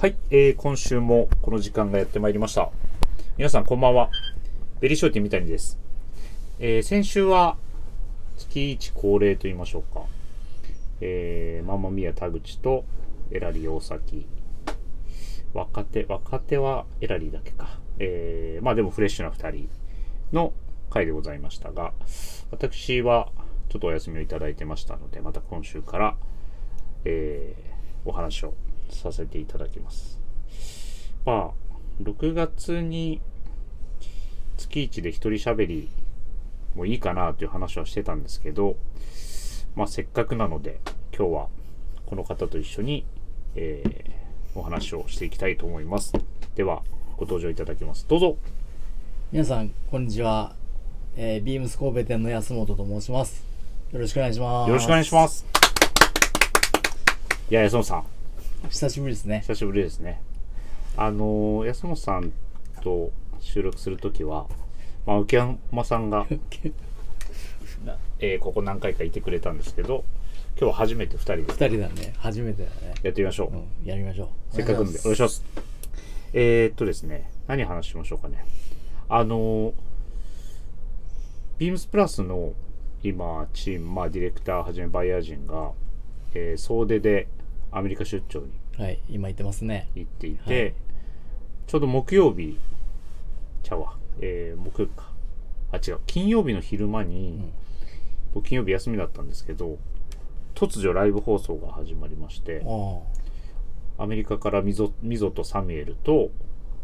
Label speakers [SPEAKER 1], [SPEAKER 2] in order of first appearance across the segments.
[SPEAKER 1] はい、えー、今週もこの時間がやってまいりました。皆さんこんばんは。ベリーショーティー三谷です。えー、先週は月一恒例と言いましょうか。えー、マンマミヤ田口とエラリー大崎。若手、若手はエラリーだけか。えー、まあでもフレッシュな二人の回でございましたが、私はちょっとお休みをいただいてましたので、また今週から、えーお話をさせていただきます。まあ、6月に月1で一人喋りもいいかなという話はしてたんですけど、まあ、せっかくなので、今日はこの方と一緒に、えーお話をしていきたいと思います。では、ご登場いただきます。どうぞ。
[SPEAKER 2] 皆さん、こんにちは。えー、ビームス神戸店の安本と申します。よろしくお願いします。。
[SPEAKER 1] よろしくお願いしますす。いや、安野さん、
[SPEAKER 2] 久しぶりですね。
[SPEAKER 1] 久しぶりですね。あのー安本さんと収録するときは、まあ、浮山さんが、えーここ何回かいてくれたんですけど、今日は初めて2人で
[SPEAKER 2] 二人だね。初めてだね。
[SPEAKER 1] やってみましょう。
[SPEAKER 2] うん、やりましょう。
[SPEAKER 1] せっかくなんで、お願いします。えー、っとですね、何話しましょうかね。あのー、ビームスプラスの今、チーム、まあ、ディレクターはじめバイヤー陣が、えー総出でアメリカ出張に
[SPEAKER 2] はい、今言ってますね。
[SPEAKER 1] 行っていて、
[SPEAKER 2] はい
[SPEAKER 1] ちょうど木曜日ちゃうわ、えー木曜日かあ違う金曜日の昼間に、
[SPEAKER 2] ん
[SPEAKER 1] 僕金曜日休みだったんですけど突如ライブ放送が始まりまして
[SPEAKER 2] お
[SPEAKER 1] アメリカからミゾミゾとサミュエルと、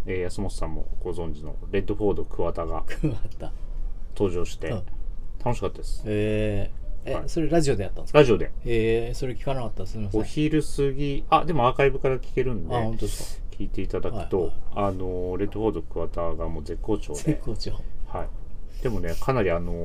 [SPEAKER 1] えー安本さんもご存知のレッドフォード桑田が
[SPEAKER 2] ー、あった。
[SPEAKER 1] 登場して、
[SPEAKER 2] うん
[SPEAKER 1] 楽しかったです
[SPEAKER 2] えー、え、
[SPEAKER 1] はい
[SPEAKER 2] それラジオでやったんですか
[SPEAKER 1] ラジオで
[SPEAKER 2] えー、それ聞かなかった。すみません。
[SPEAKER 1] お昼過ぎあでもアーカイブから聞けるん
[SPEAKER 2] あ、本
[SPEAKER 1] で
[SPEAKER 2] 当ですか。
[SPEAKER 1] 聞いていただくと、
[SPEAKER 2] はい
[SPEAKER 1] あのーレッドフォード桑田がもう絶好調で
[SPEAKER 2] 絶好調。
[SPEAKER 1] はい、でもねかなりあのな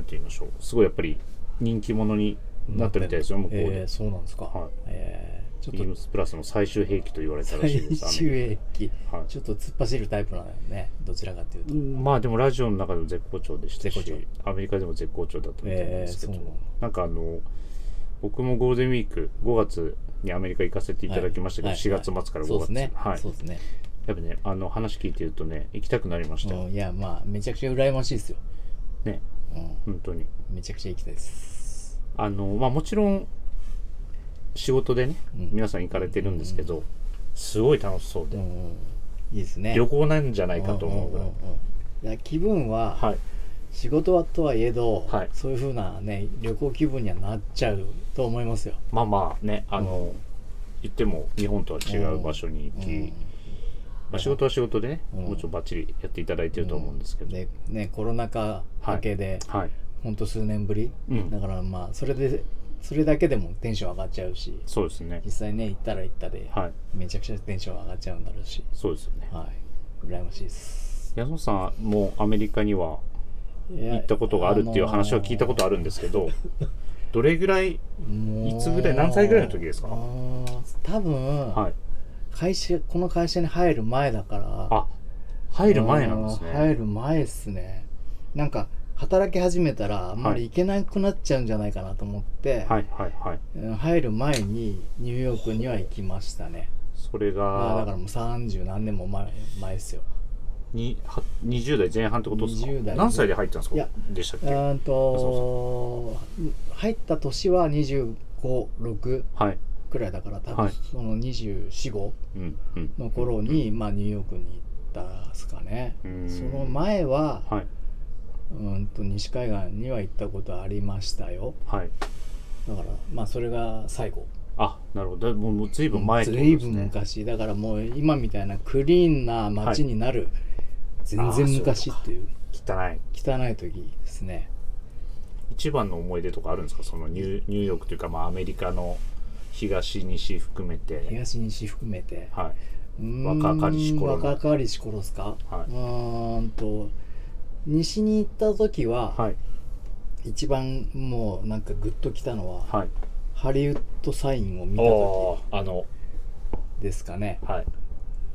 [SPEAKER 1] んて言いましょうすごいやっぱり人気者になってるみたいですよ向こう
[SPEAKER 2] え
[SPEAKER 1] で
[SPEAKER 2] ー、、そうなんですか。
[SPEAKER 1] はい
[SPEAKER 2] えー、ち
[SPEAKER 1] ビー
[SPEAKER 2] ょっ
[SPEAKER 1] ム
[SPEAKER 2] と
[SPEAKER 1] スプラスの最終兵器と言われたらしい
[SPEAKER 2] 最
[SPEAKER 1] です
[SPEAKER 2] 終
[SPEAKER 1] あ
[SPEAKER 2] 駅、
[SPEAKER 1] はい
[SPEAKER 2] ちょっと突っ走るタイプなんだよね。どちらかというと。
[SPEAKER 1] のまあでもラジオの中でも絶好調でした
[SPEAKER 2] 絶
[SPEAKER 1] しアメリカでも絶好調だったみたいなんですけど、
[SPEAKER 2] えーそうなんだ
[SPEAKER 1] なんかあの僕もゴールデンウィーク5月にアメリカ行かせていただきましたけど、
[SPEAKER 2] はい
[SPEAKER 1] 4月末から5
[SPEAKER 2] そうで
[SPEAKER 1] 月、
[SPEAKER 2] すね。
[SPEAKER 1] はい
[SPEAKER 2] そうですね。
[SPEAKER 1] やっぱねあの話聞いてるとね行きたくなりましたよ、
[SPEAKER 2] うんいやまあめちゃくちゃ羨ましいですよ、
[SPEAKER 1] ね
[SPEAKER 2] う
[SPEAKER 1] 本当に
[SPEAKER 2] ん、めちゃくちゃ行きたいです
[SPEAKER 1] あのまあもちろん仕事でね、
[SPEAKER 2] うん
[SPEAKER 1] 皆さん行かれてるんですけど、すごい楽しそう
[SPEAKER 2] う
[SPEAKER 1] で、
[SPEAKER 2] んいいですね
[SPEAKER 1] 旅行なんじゃないかと思うぐらい、
[SPEAKER 2] んんんうんいや気分は、
[SPEAKER 1] はい
[SPEAKER 2] 仕事はとはいえど、
[SPEAKER 1] はい
[SPEAKER 2] そういうふうなね旅行気分にはなっちゃうと思いますよ
[SPEAKER 1] まあまあねあの、言っても日本とは違う場所に行き、
[SPEAKER 2] うん
[SPEAKER 1] まあ、仕事は仕事でね、
[SPEAKER 2] うん
[SPEAKER 1] もちろんバッチリやっていただいてると思うんですけど、
[SPEAKER 2] でねコロナ禍明けで、
[SPEAKER 1] はい
[SPEAKER 2] ほんと数年ぶり、
[SPEAKER 1] うん
[SPEAKER 2] だからまあそれでそれだけでもテンション上がっちゃうし
[SPEAKER 1] そうですね
[SPEAKER 2] 実際ね行ったら行ったで、
[SPEAKER 1] はい
[SPEAKER 2] めちゃくちゃテンション上がっちゃうんだろうし
[SPEAKER 1] そうですよね
[SPEAKER 2] はい羨ましいです
[SPEAKER 1] 安本さんもアメリカにはい
[SPEAKER 2] や
[SPEAKER 1] 行ったことがあるっていう話は聞いたことあるんですけど、どれぐらい
[SPEAKER 2] もう
[SPEAKER 1] いつぐらい何歳ぐらいの時ですか
[SPEAKER 2] あー多分、
[SPEAKER 1] はい
[SPEAKER 2] 会社この会社に入る前だから
[SPEAKER 1] あ入る前なんですね
[SPEAKER 2] あー入る前っすねなんか働き始めたらあんまり行けなくなっちゃうんじゃないかなと思って、
[SPEAKER 1] はいはいはい
[SPEAKER 2] うん入る前にニューヨークには行きましたね
[SPEAKER 1] それ
[SPEAKER 2] あーだか
[SPEAKER 1] が
[SPEAKER 2] らもう30何年も前前っすよ
[SPEAKER 1] には20代前半ってことですか
[SPEAKER 2] 20代
[SPEAKER 1] 何歳で入ったんですか
[SPEAKER 2] いや
[SPEAKER 1] でしたっ
[SPEAKER 2] う
[SPEAKER 1] け
[SPEAKER 2] ーんと入った年は256
[SPEAKER 1] はい、
[SPEAKER 2] くらいだから多
[SPEAKER 1] は
[SPEAKER 2] 分
[SPEAKER 1] い
[SPEAKER 2] その245、
[SPEAKER 1] うんうん、
[SPEAKER 2] の頃に、まあ、ニューヨークに行ったっすかね
[SPEAKER 1] うん
[SPEAKER 2] その前は、
[SPEAKER 1] はい
[SPEAKER 2] うんと西海岸には行ったことありましたよ
[SPEAKER 1] はい
[SPEAKER 2] だからまあそれが最後
[SPEAKER 1] あなるほどだもうもうずいぶん前って
[SPEAKER 2] ず
[SPEAKER 1] こと
[SPEAKER 2] い
[SPEAKER 1] です
[SPEAKER 2] ぶん
[SPEAKER 1] ね
[SPEAKER 2] 昔だからもう今みたいなクリーンな街になる、全然昔っていう
[SPEAKER 1] 汚い
[SPEAKER 2] 汚い時ですね
[SPEAKER 1] 一番の思い出とかあるんですかそのニューニューヨークというか、まあ、アメリカの東西含めて
[SPEAKER 2] 東西含めて
[SPEAKER 1] は
[SPEAKER 2] うーん
[SPEAKER 1] 若かりし頃の
[SPEAKER 2] 若かりし頃ですか、
[SPEAKER 1] はいう
[SPEAKER 2] ーんと西に行った時は、
[SPEAKER 1] いはい
[SPEAKER 2] 一番もうなんかグッときたのは、
[SPEAKER 1] はい
[SPEAKER 2] ハリウッドサインを見た
[SPEAKER 1] お
[SPEAKER 2] 時
[SPEAKER 1] ーあの
[SPEAKER 2] ですかね
[SPEAKER 1] はい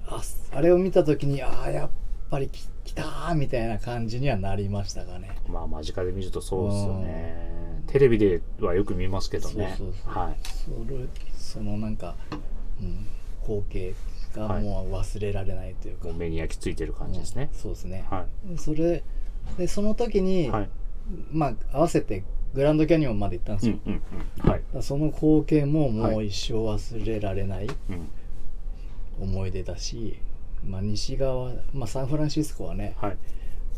[SPEAKER 2] ああれを見た時にああやっぱりき来たーみたいな感じにはなりましたがね
[SPEAKER 1] まあ間近で見るとそうですよねテレビではよく見ますけどね
[SPEAKER 2] そうそうそう
[SPEAKER 1] はい
[SPEAKER 2] それそのなんか、うん、光景が
[SPEAKER 1] はい
[SPEAKER 2] もう忘れられないというか、
[SPEAKER 1] もう目に焼き付いてる感じですね
[SPEAKER 2] うん。そうですね、
[SPEAKER 1] は
[SPEAKER 2] それでその時
[SPEAKER 1] い。
[SPEAKER 2] に、
[SPEAKER 1] はい。
[SPEAKER 2] まあ合わせてグランドキャニオンまで行ったん
[SPEAKER 1] う
[SPEAKER 2] ですよ、
[SPEAKER 1] んうんうん。はい
[SPEAKER 2] だ。からその光景もも
[SPEAKER 1] は
[SPEAKER 2] う
[SPEAKER 1] い
[SPEAKER 2] 一生忘れられない
[SPEAKER 1] うん。
[SPEAKER 2] 思い出だし、まあ、西側、まあ、サンフランシスコはね、
[SPEAKER 1] はい。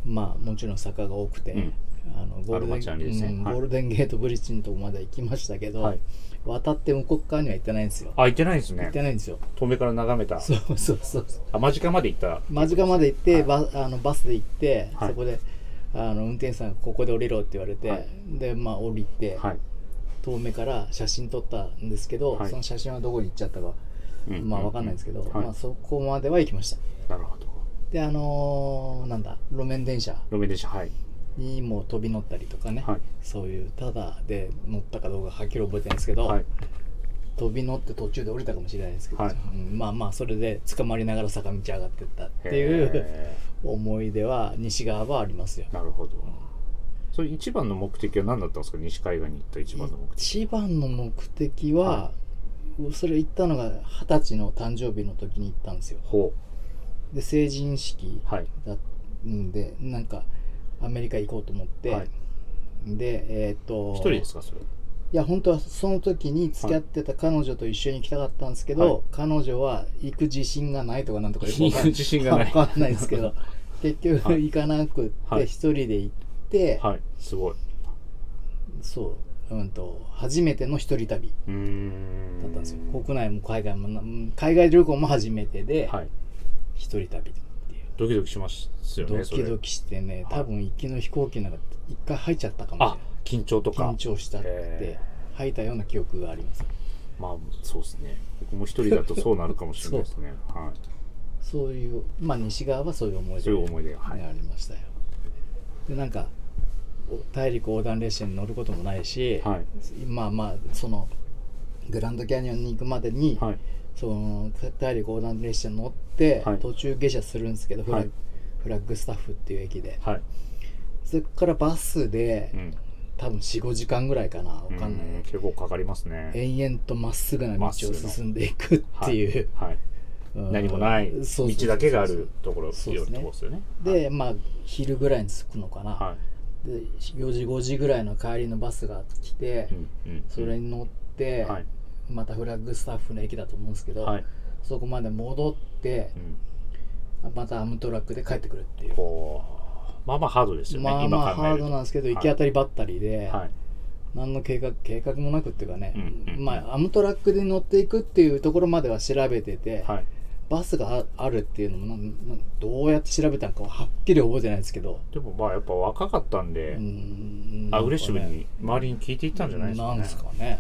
[SPEAKER 2] まあ、もちろん坂が多くて、
[SPEAKER 1] うん
[SPEAKER 2] あのゴー
[SPEAKER 1] ある
[SPEAKER 2] ル
[SPEAKER 1] 街
[SPEAKER 2] デ
[SPEAKER 1] あ
[SPEAKER 2] ン
[SPEAKER 1] りですね
[SPEAKER 2] うん
[SPEAKER 1] はい
[SPEAKER 2] ゴールデンゲートブリッジのとこまで行きましたけど、
[SPEAKER 1] はい
[SPEAKER 2] 渡って向こう側には行ってないんですよ。
[SPEAKER 1] あ、行ってないんです
[SPEAKER 2] 行
[SPEAKER 1] ね
[SPEAKER 2] っ。てないんですよ。
[SPEAKER 1] 遠目から眺めた。
[SPEAKER 2] そうそうそう。
[SPEAKER 1] あ、間近まで行った。
[SPEAKER 2] 間近まで行って、バあのバスで行って、
[SPEAKER 1] はい
[SPEAKER 2] そこであの運転手さんがここで降りろって言われて、
[SPEAKER 1] はい
[SPEAKER 2] でまあ降りて、
[SPEAKER 1] はい。
[SPEAKER 2] 遠目から写真撮ったんですけど、
[SPEAKER 1] はい
[SPEAKER 2] その写真はどこに行っちゃったか、
[SPEAKER 1] うん
[SPEAKER 2] まあわかんないんですけど、
[SPEAKER 1] はい
[SPEAKER 2] まあ、そこまでは行きました。
[SPEAKER 1] なるほど。
[SPEAKER 2] であのーなんだ路面電車
[SPEAKER 1] 路面電車、はい。
[SPEAKER 2] にも飛び乗ったりとかね、
[SPEAKER 1] はい。
[SPEAKER 2] そういうただで乗ったかどうかはっきり覚えてないんですけど、
[SPEAKER 1] はい。
[SPEAKER 2] 飛び乗って途中で降りたかもしれないですけど、
[SPEAKER 1] はい
[SPEAKER 2] うんまあまあそれで捕まりながら坂道上がってったっていう
[SPEAKER 1] へ
[SPEAKER 2] 思い出は西側はありますよ
[SPEAKER 1] ー。なるほど。それ一番の目的は何だったんですか西海岸に行った一番の目的。
[SPEAKER 2] 一番の目的は、それ行ったのが二十歳の誕生日の時に行ったんですよ
[SPEAKER 1] ほ
[SPEAKER 2] で成人式
[SPEAKER 1] う。はい。
[SPEAKER 2] だったんでなんかアメリカ行こうと思って、
[SPEAKER 1] はい
[SPEAKER 2] でえっ、と
[SPEAKER 1] 一人ですか、そ れ。
[SPEAKER 2] いや本当はその時に付き合ってた彼女と一緒に行きたかったんですけど、
[SPEAKER 1] はい
[SPEAKER 2] 彼女は行く自信がないとかなんとかよくわかん
[SPEAKER 1] 行く自信がない
[SPEAKER 2] わかんないです けど結局
[SPEAKER 1] はい
[SPEAKER 2] 行かなくっ
[SPEAKER 1] は
[SPEAKER 2] て
[SPEAKER 1] い
[SPEAKER 2] 一人で行って、
[SPEAKER 1] はい。すごい。
[SPEAKER 2] そう、うん、と初めての一人旅
[SPEAKER 1] うーん。
[SPEAKER 2] だったんですよ国内も海外もなうん海外旅行も初めてで
[SPEAKER 1] はい。
[SPEAKER 2] 一人旅っていう、
[SPEAKER 1] ドキドキしますよね、
[SPEAKER 2] ド
[SPEAKER 1] そ
[SPEAKER 2] キ
[SPEAKER 1] れ
[SPEAKER 2] ドキしてね
[SPEAKER 1] はい
[SPEAKER 2] 多分行きの飛行機の中一回吐いちゃったかもし
[SPEAKER 1] あ、緊張と
[SPEAKER 2] れな
[SPEAKER 1] か。
[SPEAKER 2] い緊張したって
[SPEAKER 1] へ
[SPEAKER 2] 吐いたような記憶があります
[SPEAKER 1] まあ、そうですね。僕も一人だとそうなるかもしれないです ね。はい。
[SPEAKER 2] そういうまあ西側はそういう思い
[SPEAKER 1] そ
[SPEAKER 2] 出
[SPEAKER 1] ういう思い出が。はい。
[SPEAKER 2] ねありましたよでなんかお大陸横断列車に乗ることもないし、
[SPEAKER 1] はい。
[SPEAKER 2] まあまあそのグランドキャニオンに行くまでに、
[SPEAKER 1] はい。
[SPEAKER 2] その大陸横断列車に乗って、
[SPEAKER 1] はい
[SPEAKER 2] 途中下車するんですけどフラ,、
[SPEAKER 1] はい
[SPEAKER 2] フラッグスタッフっていう駅で
[SPEAKER 1] はい。
[SPEAKER 2] それからバスで、
[SPEAKER 1] うん。
[SPEAKER 2] 多分45時間ぐらいかなわかんない、
[SPEAKER 1] う結構かかりますね。
[SPEAKER 2] 延々とまっすぐな道を
[SPEAKER 1] まっすぐの
[SPEAKER 2] 進んでいくっていう、
[SPEAKER 1] はい。
[SPEAKER 2] うん
[SPEAKER 1] 何もない
[SPEAKER 2] そうそうそうそ
[SPEAKER 1] 道
[SPEAKER 2] う
[SPEAKER 1] だけがあるところよ
[SPEAKER 2] そう
[SPEAKER 1] り
[SPEAKER 2] ですね
[SPEAKER 1] とこですよね。
[SPEAKER 2] でまあ昼ぐらいに着くのかな、
[SPEAKER 1] は
[SPEAKER 2] で4時5時ぐらいの帰りのバスが来て、
[SPEAKER 1] い。うんうん。
[SPEAKER 2] それに乗って、
[SPEAKER 1] はい。
[SPEAKER 2] またフラッグスタッフの駅だと思うんですけど、
[SPEAKER 1] はい。
[SPEAKER 2] そこまで戻って
[SPEAKER 1] うん。
[SPEAKER 2] またアムトラックで帰ってくるっていう
[SPEAKER 1] こう、まあまあハードですよね。
[SPEAKER 2] まあま
[SPEAKER 1] 今
[SPEAKER 2] あ
[SPEAKER 1] 考え
[SPEAKER 2] ハー
[SPEAKER 1] ると。
[SPEAKER 2] ドなんですけど
[SPEAKER 1] はい
[SPEAKER 2] 行き当たりばったりで、
[SPEAKER 1] はい。
[SPEAKER 2] 何の計画計画もなくっていうかね、
[SPEAKER 1] うんうん
[SPEAKER 2] まあ、アムトラックで乗っていくっていうところまでは調べてて、
[SPEAKER 1] はい。
[SPEAKER 2] バスがああるっていうのもなんなんどうやって調べたのかははっきり覚えてないですけど、
[SPEAKER 1] でもまあやっぱ若かったんで、
[SPEAKER 2] うん
[SPEAKER 1] アグレッシブに周りに聞いていったんじゃないですか
[SPEAKER 2] なん
[SPEAKER 1] ね。
[SPEAKER 2] ですかね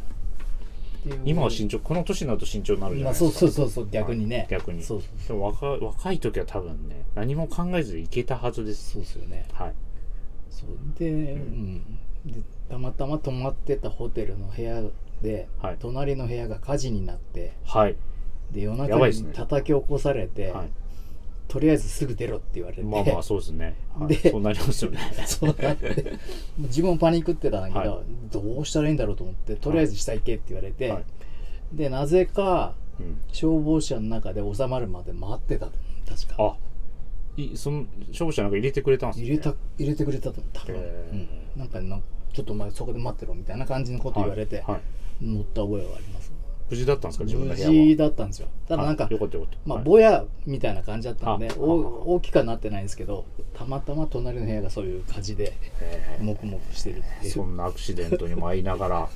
[SPEAKER 2] っていう
[SPEAKER 1] 今は慎重、この年になると慎重になるじゃ
[SPEAKER 2] ま
[SPEAKER 1] ない
[SPEAKER 2] あ、
[SPEAKER 1] ですか。
[SPEAKER 2] そうそうそうそう逆にね、
[SPEAKER 1] はい逆に
[SPEAKER 2] そうそう
[SPEAKER 1] でも若若い時は多分ね何も考えず行けたはずです
[SPEAKER 2] そうですよね
[SPEAKER 1] はい
[SPEAKER 2] そうで,、うんでたまたま泊まってたホテルの部屋で、
[SPEAKER 1] はい
[SPEAKER 2] 隣の部屋が火事になって
[SPEAKER 1] はい、
[SPEAKER 2] で夜
[SPEAKER 1] やば
[SPEAKER 2] 中
[SPEAKER 1] いですね
[SPEAKER 2] に叩き起こされて、
[SPEAKER 1] は
[SPEAKER 2] とりあえずすぐ出ろって言われ
[SPEAKER 1] い、
[SPEAKER 2] て、
[SPEAKER 1] まあまあそうですね、はい、
[SPEAKER 2] で
[SPEAKER 1] そうなりますよね
[SPEAKER 2] そうなってもう自分もパニックってたんだけど、
[SPEAKER 1] はい
[SPEAKER 2] どうしたらいいんだろうと思ってとりあえず下行けって言われて、
[SPEAKER 1] はい
[SPEAKER 2] でなぜか
[SPEAKER 1] うん、
[SPEAKER 2] 消防車の中で収まるまで待ってたと確
[SPEAKER 1] あ
[SPEAKER 2] か
[SPEAKER 1] いその消防車なんか入れてくれたんですね
[SPEAKER 2] 入れた入れてくれたと思う多分、うん
[SPEAKER 1] へ、
[SPEAKER 2] なんかなちょっとお前そこで待ってろみたいな感じのこと言われて、
[SPEAKER 1] はいはい
[SPEAKER 2] 乗った覚えはあります
[SPEAKER 1] 無事だったんですか自分の
[SPEAKER 2] 無
[SPEAKER 1] 部屋
[SPEAKER 2] 事
[SPEAKER 1] は
[SPEAKER 2] だったんですよただなんか、
[SPEAKER 1] あよかったよかった
[SPEAKER 2] まあ、
[SPEAKER 1] はい
[SPEAKER 2] ぼやみたいな感じだったんで、
[SPEAKER 1] あ
[SPEAKER 2] お
[SPEAKER 1] ははは
[SPEAKER 2] 大きくはなってないんですけどたまたま隣の部屋がそういう火事 で
[SPEAKER 1] へ
[SPEAKER 2] 黙々してるって
[SPEAKER 1] え
[SPEAKER 2] いう
[SPEAKER 1] そんなアクシデントに舞いなが ら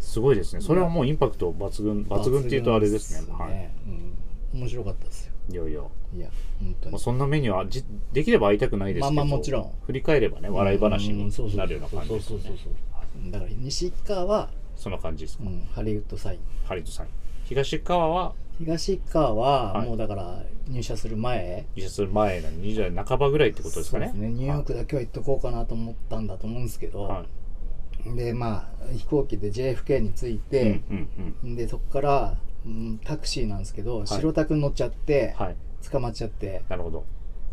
[SPEAKER 1] すごいですねそれはもうインパクト抜群抜群っていうとあれですね
[SPEAKER 2] 抜群
[SPEAKER 1] は
[SPEAKER 2] うん、面白かったですよ
[SPEAKER 1] いいよいよ
[SPEAKER 2] いや本当に
[SPEAKER 1] まあ、そんな目にはじできれば会いたくないですけど、
[SPEAKER 2] まあまあもちろん
[SPEAKER 1] 振り返ればね笑い話
[SPEAKER 2] うんそう
[SPEAKER 1] に
[SPEAKER 2] そう
[SPEAKER 1] なるような感じです
[SPEAKER 2] そう
[SPEAKER 1] よ
[SPEAKER 2] そうそう
[SPEAKER 1] ね
[SPEAKER 2] そうだから西側は、
[SPEAKER 1] そんな感じですか、
[SPEAKER 2] うん、ハリウッドサイン
[SPEAKER 1] ハリウッドさん東川は
[SPEAKER 2] 東川は、
[SPEAKER 1] はい
[SPEAKER 2] もうだから入社する前
[SPEAKER 1] 入社する前の20代半ばぐらいってことですかね
[SPEAKER 2] そうですねニューヨークだけは行っとこうかなと思ったんだと思うんですけど、
[SPEAKER 1] はい、はい
[SPEAKER 2] でまあ飛行機で JFK に着いて、
[SPEAKER 1] うんうんうん
[SPEAKER 2] でそこから、うん、タクシーなんですけど、
[SPEAKER 1] い
[SPEAKER 2] 白タクに乗っちゃって、
[SPEAKER 1] はい
[SPEAKER 2] 捕まっちゃって
[SPEAKER 1] なるほど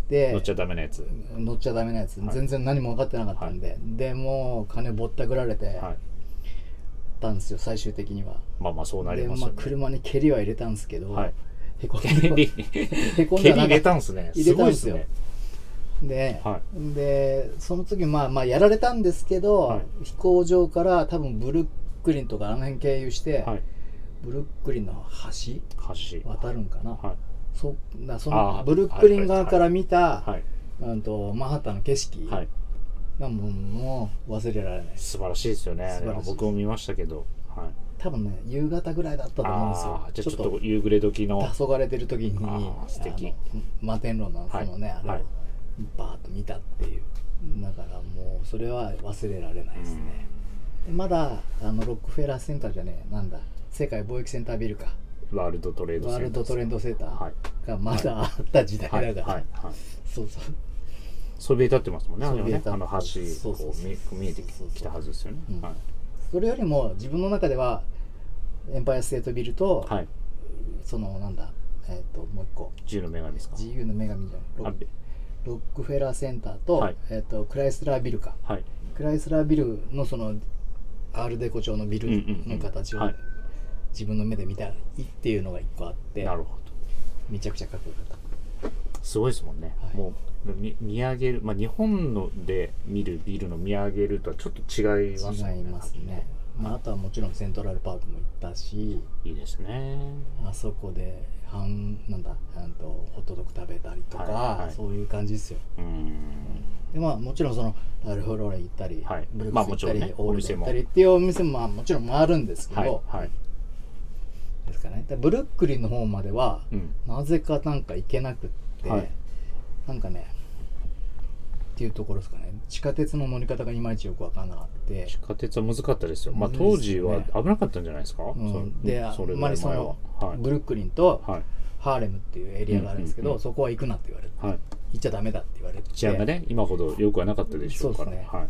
[SPEAKER 2] で
[SPEAKER 1] 乗っちゃダメなやつ
[SPEAKER 2] 乗っちゃダメなやつ、
[SPEAKER 1] はい
[SPEAKER 2] 全然何も分かってなかったんで、でもう金ぼったくられて、
[SPEAKER 1] はい
[SPEAKER 2] ったんですよ最終的には
[SPEAKER 1] まあまあそうなり
[SPEAKER 2] で、
[SPEAKER 1] ます
[SPEAKER 2] ま
[SPEAKER 1] よ
[SPEAKER 2] あ、
[SPEAKER 1] ね。
[SPEAKER 2] 車に蹴りは入れたんですけど、
[SPEAKER 1] はい。
[SPEAKER 2] へこん
[SPEAKER 1] 蹴り、
[SPEAKER 2] でへこん
[SPEAKER 1] 蹴り
[SPEAKER 2] で
[SPEAKER 1] 入
[SPEAKER 2] はな
[SPEAKER 1] れ
[SPEAKER 2] かった
[SPEAKER 1] んですね。
[SPEAKER 2] 入れ
[SPEAKER 1] す
[SPEAKER 2] たん
[SPEAKER 1] ごい
[SPEAKER 2] で
[SPEAKER 1] ですす
[SPEAKER 2] よ
[SPEAKER 1] ね。
[SPEAKER 2] で,、
[SPEAKER 1] は
[SPEAKER 2] でその時まあまあやられたんですけど、
[SPEAKER 1] はい
[SPEAKER 2] 飛行場から多分ブルックリンとかあの辺経由して、
[SPEAKER 1] はい。
[SPEAKER 2] ブルックリンの橋
[SPEAKER 1] 橋。
[SPEAKER 2] 渡るんかな、
[SPEAKER 1] は
[SPEAKER 2] そなそ
[SPEAKER 1] あー
[SPEAKER 2] のブルックリン側から見
[SPEAKER 1] い。
[SPEAKER 2] た、
[SPEAKER 1] はい。
[SPEAKER 2] うん、とマンハッタンの景色
[SPEAKER 1] はい。
[SPEAKER 2] がもう,、もう忘れられないです
[SPEAKER 1] 素晴らしいですよね。あ
[SPEAKER 2] 素晴
[SPEAKER 1] れ
[SPEAKER 2] らし
[SPEAKER 1] は
[SPEAKER 2] いです
[SPEAKER 1] 僕も見ましたけど。はい。
[SPEAKER 2] 多分ね夕方ぐらいだったと思うんですよ
[SPEAKER 1] ああ、じゃあちょっと夕暮れ時の。
[SPEAKER 2] 黄昏れてる時に
[SPEAKER 1] あー素敵
[SPEAKER 2] あの摩天楼のそのね、
[SPEAKER 1] はい
[SPEAKER 2] あれをバーッと見たっていうだからもうそれは忘れられないですね、でまだあのロックフェラーセンターじゃねえなんだ世界貿易センタービルか
[SPEAKER 1] ワールドトレードセン
[SPEAKER 2] ワ
[SPEAKER 1] タ
[SPEAKER 2] ールドトレンドセンタ
[SPEAKER 1] はい
[SPEAKER 2] ー。がまだあった時代だ
[SPEAKER 1] は
[SPEAKER 2] か
[SPEAKER 1] い。
[SPEAKER 2] ら、
[SPEAKER 1] はい。はい。
[SPEAKER 2] そうそう
[SPEAKER 1] そびえ立ってますもんね。あれは
[SPEAKER 2] そびえ
[SPEAKER 1] ね
[SPEAKER 2] 立っ
[SPEAKER 1] あの橋、
[SPEAKER 2] そうそう
[SPEAKER 1] こう見見えて
[SPEAKER 2] そうそうそう
[SPEAKER 1] きたはずですよね
[SPEAKER 2] うん。
[SPEAKER 1] はい。
[SPEAKER 2] それよりも自分の中ではエンパイアステートビルと、
[SPEAKER 1] はい。
[SPEAKER 2] そのなんだえっ、ともう一個
[SPEAKER 1] 自由の女神ですか。
[SPEAKER 2] 自由の女神じゃないロ
[SPEAKER 1] あ
[SPEAKER 2] ックロックフェラーセンターと,、
[SPEAKER 1] はい
[SPEAKER 2] えっとクライスラービルか
[SPEAKER 1] はい。
[SPEAKER 2] クライスラービルのそのアールデコ調のビルの形
[SPEAKER 1] うんうんうんは
[SPEAKER 2] を
[SPEAKER 1] い
[SPEAKER 2] 自分の目で見たいっていうのが一個あって
[SPEAKER 1] なるほど。
[SPEAKER 2] めちゃくちゃかっこよかっ
[SPEAKER 1] すごいですもんね、
[SPEAKER 2] はい
[SPEAKER 1] もうみ見上げる、まあ、日本ので見るビルの見上げるとはちょっと違います
[SPEAKER 2] た
[SPEAKER 1] もん
[SPEAKER 2] 違いますね、まあ、あとはもちろんセントラルパークも行ったし
[SPEAKER 1] いいですね
[SPEAKER 2] あそこで半なんだあんとホットドッグ食べたりとか、
[SPEAKER 1] はいはい
[SPEAKER 2] そういう感じですよ
[SPEAKER 1] うん
[SPEAKER 2] でまあもちろんそのラルフローレン行ったり、
[SPEAKER 1] はい
[SPEAKER 2] ブルッ
[SPEAKER 1] まあ
[SPEAKER 2] クス行
[SPEAKER 1] も
[SPEAKER 2] っ
[SPEAKER 1] ち
[SPEAKER 2] た
[SPEAKER 1] ろん
[SPEAKER 2] り、
[SPEAKER 1] ね
[SPEAKER 2] オール
[SPEAKER 1] お店
[SPEAKER 2] デン行
[SPEAKER 1] も
[SPEAKER 2] ったりっていうお店もまあもちろん回るんですけ
[SPEAKER 1] はい
[SPEAKER 2] ど、
[SPEAKER 1] はい
[SPEAKER 2] ですかねでブルックリンの方までは
[SPEAKER 1] うん
[SPEAKER 2] なぜかなんか行けなくって、
[SPEAKER 1] はい
[SPEAKER 2] なんかねっていうところですかね地下鉄の乗り方がいまいちよく分からなくて、
[SPEAKER 1] 地下鉄は難かったですよ、まあ、
[SPEAKER 2] 難
[SPEAKER 1] 当
[SPEAKER 2] しいで
[SPEAKER 1] 時
[SPEAKER 2] すね
[SPEAKER 1] は危なかったんじゃないですか、
[SPEAKER 2] うん、であ
[SPEAKER 1] そ
[SPEAKER 2] ん
[SPEAKER 1] れぐ
[SPEAKER 2] ま
[SPEAKER 1] ら
[SPEAKER 2] り
[SPEAKER 1] い
[SPEAKER 2] そ
[SPEAKER 1] 前は
[SPEAKER 2] の、
[SPEAKER 1] はい
[SPEAKER 2] ブルックリンと
[SPEAKER 1] はい
[SPEAKER 2] ハーレムっていうエリアがあるんですけ
[SPEAKER 1] う
[SPEAKER 2] ど、
[SPEAKER 1] んうんうん
[SPEAKER 2] そこは行くなって言われて
[SPEAKER 1] はい、
[SPEAKER 2] 行っちゃダメだって言われて
[SPEAKER 1] 治安がね今ほど良くはなかったでしょうから
[SPEAKER 2] そうですね
[SPEAKER 1] は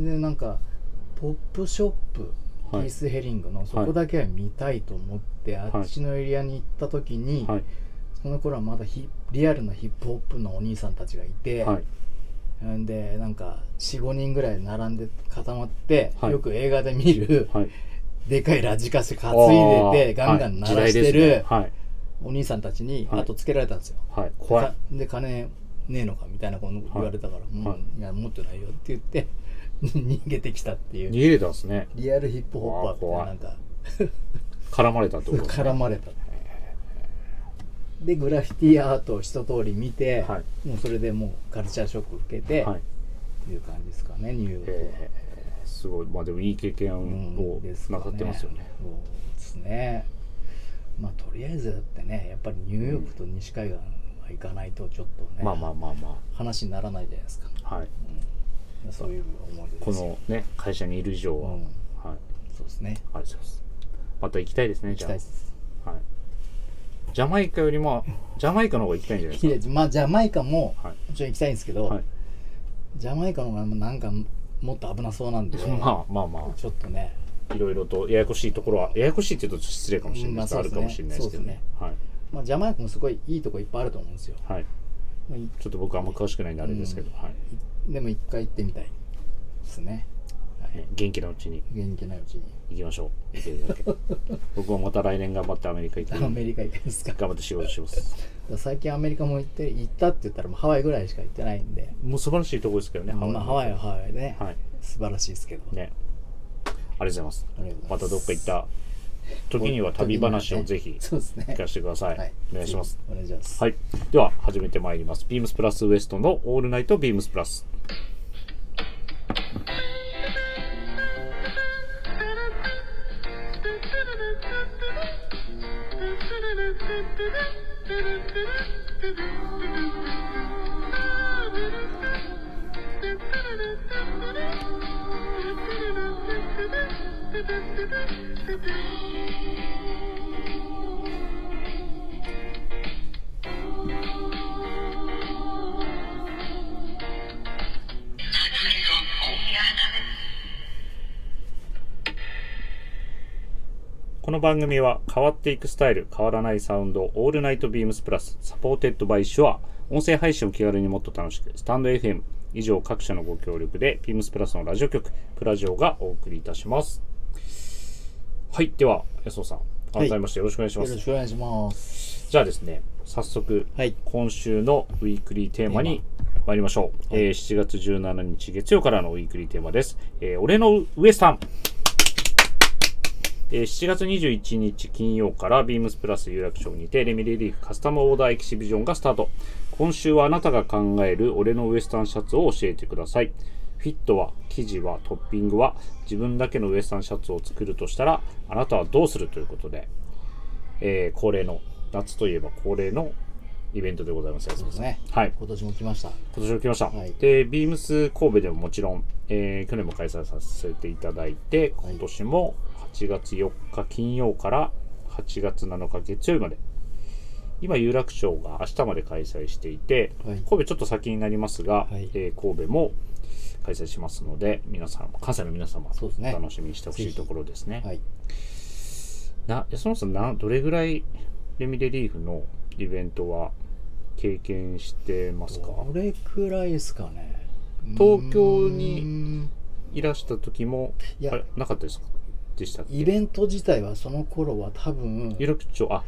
[SPEAKER 1] い
[SPEAKER 2] でなんかポップショップピ
[SPEAKER 1] はい
[SPEAKER 2] ースヘリングのそこだけは見たいと思って、あっちのエリアに行った時に、
[SPEAKER 1] はい
[SPEAKER 2] その頃はまだヒリアルなヒップホップのお兄さんたちがいて、
[SPEAKER 1] はい
[SPEAKER 2] んでなんか45人ぐらい並んで固まって、
[SPEAKER 1] はい
[SPEAKER 2] よく映画で見る、
[SPEAKER 1] はい
[SPEAKER 2] でかいラジカセ担いでてガンガン鳴らして
[SPEAKER 1] はい時代ですね
[SPEAKER 2] る
[SPEAKER 1] はい
[SPEAKER 2] お兄さんたちに
[SPEAKER 1] はい
[SPEAKER 2] 後つけられたんですよ。
[SPEAKER 1] はい、怖い
[SPEAKER 2] かで金ねえのかみたいなこと言われたから、も
[SPEAKER 1] は
[SPEAKER 2] ういや持ってないよって言って 逃げてきたっていう
[SPEAKER 1] 逃げれたんですね
[SPEAKER 2] リアルヒップホッパーって
[SPEAKER 1] 怖い
[SPEAKER 2] なんか
[SPEAKER 1] 絡まれたってことですね
[SPEAKER 2] 絡まれたでグラフィティアートを一通り見て、
[SPEAKER 1] は
[SPEAKER 2] もうそれでもうカルチャーショック受けて、
[SPEAKER 1] はい
[SPEAKER 2] っていう感じですかねニューヨークは、
[SPEAKER 1] えーすごいまあでもいい経験を
[SPEAKER 2] ですか
[SPEAKER 1] なさってますよね、
[SPEAKER 2] そうですねまあとりあえずだってねやっぱりニューヨークと西海岸は行かないとちょっとね、
[SPEAKER 1] まあまあまあま
[SPEAKER 2] 話にならないじゃないですか、
[SPEAKER 1] あはい
[SPEAKER 2] うん、そういう思い出です
[SPEAKER 1] このね会社にいる以上は、
[SPEAKER 2] うん
[SPEAKER 1] はい
[SPEAKER 2] そうです
[SPEAKER 1] あ
[SPEAKER 2] ね
[SPEAKER 1] りがとうございますまた行きたいですね
[SPEAKER 2] 行
[SPEAKER 1] じ
[SPEAKER 2] き
[SPEAKER 1] ゃあ
[SPEAKER 2] たいです
[SPEAKER 1] はい、ジャマイカよりもジャマイカの方が行きたいんじゃない
[SPEAKER 2] き
[SPEAKER 1] で
[SPEAKER 2] れいまあジャマイカも
[SPEAKER 1] すかはい
[SPEAKER 2] もちろん行きたいんですけど、
[SPEAKER 1] はい
[SPEAKER 2] ジャマイカの方がなんかもっと危なそうなんで、
[SPEAKER 1] まあまあま
[SPEAKER 2] ちょっとね
[SPEAKER 1] あいろいろとややこしいところはややこしいって言うと失礼かもしれないです
[SPEAKER 2] まあ
[SPEAKER 1] あるかもしれないですけどね
[SPEAKER 2] まあ、ジャマイカもすごいいいとこいっぱいあると思うんですよ。
[SPEAKER 1] はい、はい、
[SPEAKER 2] まあい
[SPEAKER 1] ちょっと僕あんま詳しくないんであれですけど、はい
[SPEAKER 2] でも一回行ってみたいですね。はい、
[SPEAKER 1] ね元気なうちに
[SPEAKER 2] 元気ないうちに。
[SPEAKER 1] 行きましょうでき るだけ僕はまた来年頑張ってアメリカ行って
[SPEAKER 2] アメリカ行くんですか。
[SPEAKER 1] 頑張って仕事します
[SPEAKER 2] 最近アメリカも行って、行ったって言ったらもうハワイぐらいしか行ってないんで。
[SPEAKER 1] もう素晴らしいとこですけどね
[SPEAKER 2] まあ、ハワイはハワイでね、
[SPEAKER 1] はい
[SPEAKER 2] 素晴らしいですけど。
[SPEAKER 1] ねありがとうございます
[SPEAKER 2] ありがとうご
[SPEAKER 1] ま
[SPEAKER 2] ざ
[SPEAKER 1] た
[SPEAKER 2] い
[SPEAKER 1] どっか行った
[SPEAKER 2] こう
[SPEAKER 1] 時には旅話をぜひ
[SPEAKER 2] そうですね。
[SPEAKER 1] 聞かせてください。お願いします。。
[SPEAKER 2] お願いします。
[SPEAKER 1] はい。では、始めてまいります。ビームスプラスウエストのオールナイトビームスプラス。この番組は変わっていくスタイル、変わらないサウンド、オールナイトビームスプラス、サポーテッドバイシュア、音声配信を気軽にもっと楽しく、スタンド FM、以上各社のご協力で、ビームスプラスのラジオ局、プラジオがお送りいたします。はい、では、安尾さん、
[SPEAKER 2] はい
[SPEAKER 1] 改めましてよろしくお願いし
[SPEAKER 2] よ
[SPEAKER 1] ま
[SPEAKER 2] ろ
[SPEAKER 1] す。
[SPEAKER 2] しくお願いします。
[SPEAKER 1] じゃあですね、早速、
[SPEAKER 2] はい。
[SPEAKER 1] 今週のウィークリーテーマに参りましょう。
[SPEAKER 2] はい
[SPEAKER 1] えー7月17日月曜からのウィークリーテーマです。えー俺のウエスタン。えー7月21日金曜からビームスプラス有楽町にてレミレリーフカスタムオーダーエキシビジョンがスタート。今週はあなたが考える俺のウエスタンシャツを教えてください。フィットは、生地は、トッピングは、自分だけのウエスタンシャツを作るとしたら、あなたはどうするということで、えー恒例の、夏といえば恒例のイベントでございます。安
[SPEAKER 2] そ
[SPEAKER 1] 田
[SPEAKER 2] うです
[SPEAKER 1] さん
[SPEAKER 2] ね。
[SPEAKER 1] はい。
[SPEAKER 2] 今年も来ました。
[SPEAKER 1] 今年も来ました、
[SPEAKER 2] はい
[SPEAKER 1] でビームス神戸でももちろん、えー去年も開催させていただいて
[SPEAKER 2] はい
[SPEAKER 1] 今年も8月4日金曜から8月7日月曜日まで今有楽町が明日まで開催していて、
[SPEAKER 2] はい
[SPEAKER 1] 神戸ちょっと先になりますが、
[SPEAKER 2] はい
[SPEAKER 1] えー神戸も開催しますので皆さん関西の皆様
[SPEAKER 2] そうですね
[SPEAKER 1] 楽しみにしてほしい
[SPEAKER 2] ぜひ
[SPEAKER 1] ところですね
[SPEAKER 2] はい。
[SPEAKER 1] なそもそもなどれぐらいレミレリーフのイベントは経験してますか
[SPEAKER 2] どれくらいですかね。
[SPEAKER 1] 東京に
[SPEAKER 2] うーん
[SPEAKER 1] いらした時も
[SPEAKER 2] いや
[SPEAKER 1] あれなかったですかでしたっけ
[SPEAKER 2] イベント自体はその頃は多分
[SPEAKER 1] 有楽町あ